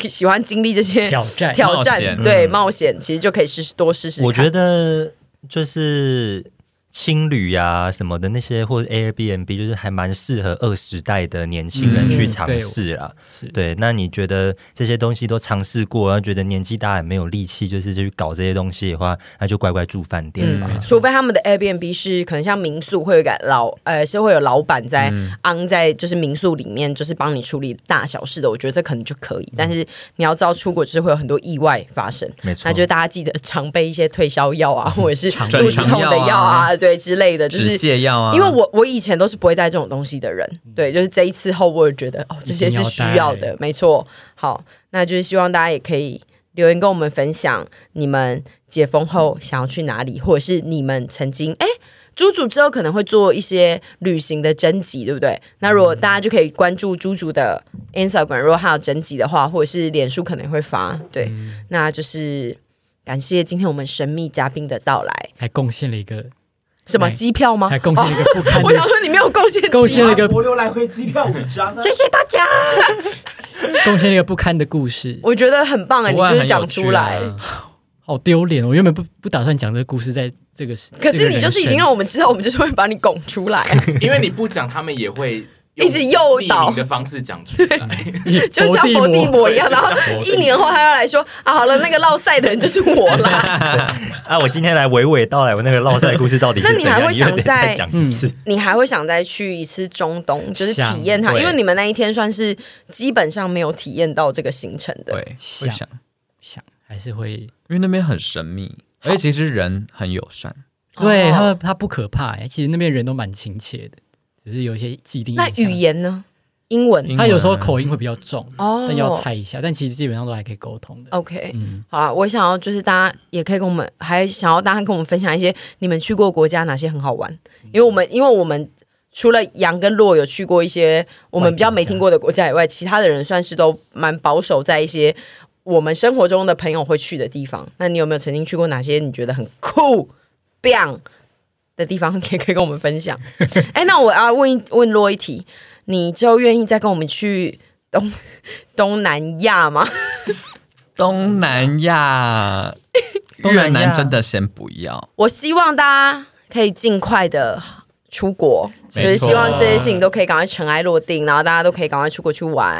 S1: 喜欢经历这些
S5: 挑战
S1: 挑战
S6: 冒险嗯
S1: 对冒险，其实就可以试试多试试看。
S4: 我觉得就是青旅啊什么的那些，或者 Airbnb，就是还蛮适合二十代的年轻
S1: 嗯
S4: 人去尝试啊。
S5: 对是
S4: 对，那你觉得这些东西都尝试过，然后觉得年纪大也没有力气，就是去搞这些东西的话，那就乖乖住饭店吧。
S1: 嗯除非他们的 Airbnb 是可能像民宿会有一个老呃是会有老板在安在就是民宿里面就是帮你处理大小事的，我觉得这可能就可以。但是你要知道出国就是会有很多意外发生，
S4: 没错
S1: 那就是大家记得常备一些退烧药啊，或者是
S6: 症
S1: 肚子痛的
S6: 常
S1: 药
S6: 药
S1: 啊，
S6: 啊
S1: 对之类的，就
S6: 止
S1: 是。
S6: 泻药啊，
S1: 因为我我以前都是不会带这种东西的人，对，就是这一次后，我也觉得哦，这些是需要
S5: 一定要
S1: 的
S5: 带，
S1: 没错。好，那就是希望大家也可以留言跟我们分享你们解封后想要去哪里，或者是你们曾经哎。猪猪之后可能会做一些旅行的征集，对不对？那如果大家就可以关注猪猪的 Instagram，如果他有征集的话，或者是脸书可能会发。对，那就是感谢今天我们神秘嘉宾的到来。
S5: 还贡献了一个，
S1: 什么
S5: 哎
S1: 机票吗？
S5: 还贡献了一个不堪
S1: 啊我想
S5: 的，
S1: 说你没有贡献机票，
S5: 贡献了一个，
S2: 国流来回机票五张啊，
S1: 谢谢大家。
S5: 贡献了一个不堪的故事，
S1: 我觉得很棒哎，你
S6: 图案
S1: 就是
S6: 很有
S1: 讲出来。
S6: 趣啊
S5: (laughs) 好丢脸哦！我原本不不打算讲这个故事，在这个时，
S1: 可
S5: 这
S1: 是
S5: 个
S1: 你就是已经
S5: 人生
S1: 让我们知道，我们就是会把你拱出来啊、
S3: 因为你不讲，他们也会
S1: 一直诱导
S3: 匿名的方式讲出来。
S1: 就像
S5: 地
S1: 伏地
S5: 魔
S1: 魔一样。然后一年后他要来说啊，好了，那个落赛的人就是我啦。
S4: 啊，我今天来娓娓道来我那个落赛的故事到底是
S1: 那
S4: 怎
S1: 你还
S4: 样，
S1: 会
S4: 你又
S1: 想
S4: 得
S1: 在
S4: 再讲一次。
S1: 你还会想再去一次中东，就是
S5: 想
S1: 体验它，
S4: 对
S1: 因为你们那一天算是基本上没有体验到这个行程的。
S6: 对，会
S5: 想
S6: 想，
S5: 想还是会，
S6: 因为那边很神秘，而且其实人很友善。
S5: 对
S1: 哦
S5: 他们他不可怕欸，其实那边人都蛮亲切的，只是有一些既定
S1: 那
S5: 印
S1: 语，
S5: 象
S1: 言呢？英文
S6: 英
S5: 他有时候
S6: 文啊
S5: 口音会比较重，
S1: 哦
S5: 但要猜一下，但其实基本上都还可以沟通的。
S1: OK，、
S5: 嗯
S1: 好啦，我想要就是大家也可以跟我们，还想要大家跟我们分享一些你们去过国家哪些很好玩，因为我们因为我们除了杨跟洛有去过一些我们比较没听过的国家以外，其他的人算是都蛮保守在一些我们生活中的朋友会去的地方。那你有没有曾经去过哪些你觉得很酷、棒的地方，也可以跟我们分享？哎、那我要问一问洛一题，你之后愿意再跟我们去东东南亚吗？
S4: 哦
S6: 东南亚，
S4: 啊东南亚
S6: 越南真的先不要。
S1: 我希望大家可以尽快的出国，就是希望这些事情都可以赶快尘埃落定，然后大家都可以赶快出国去玩。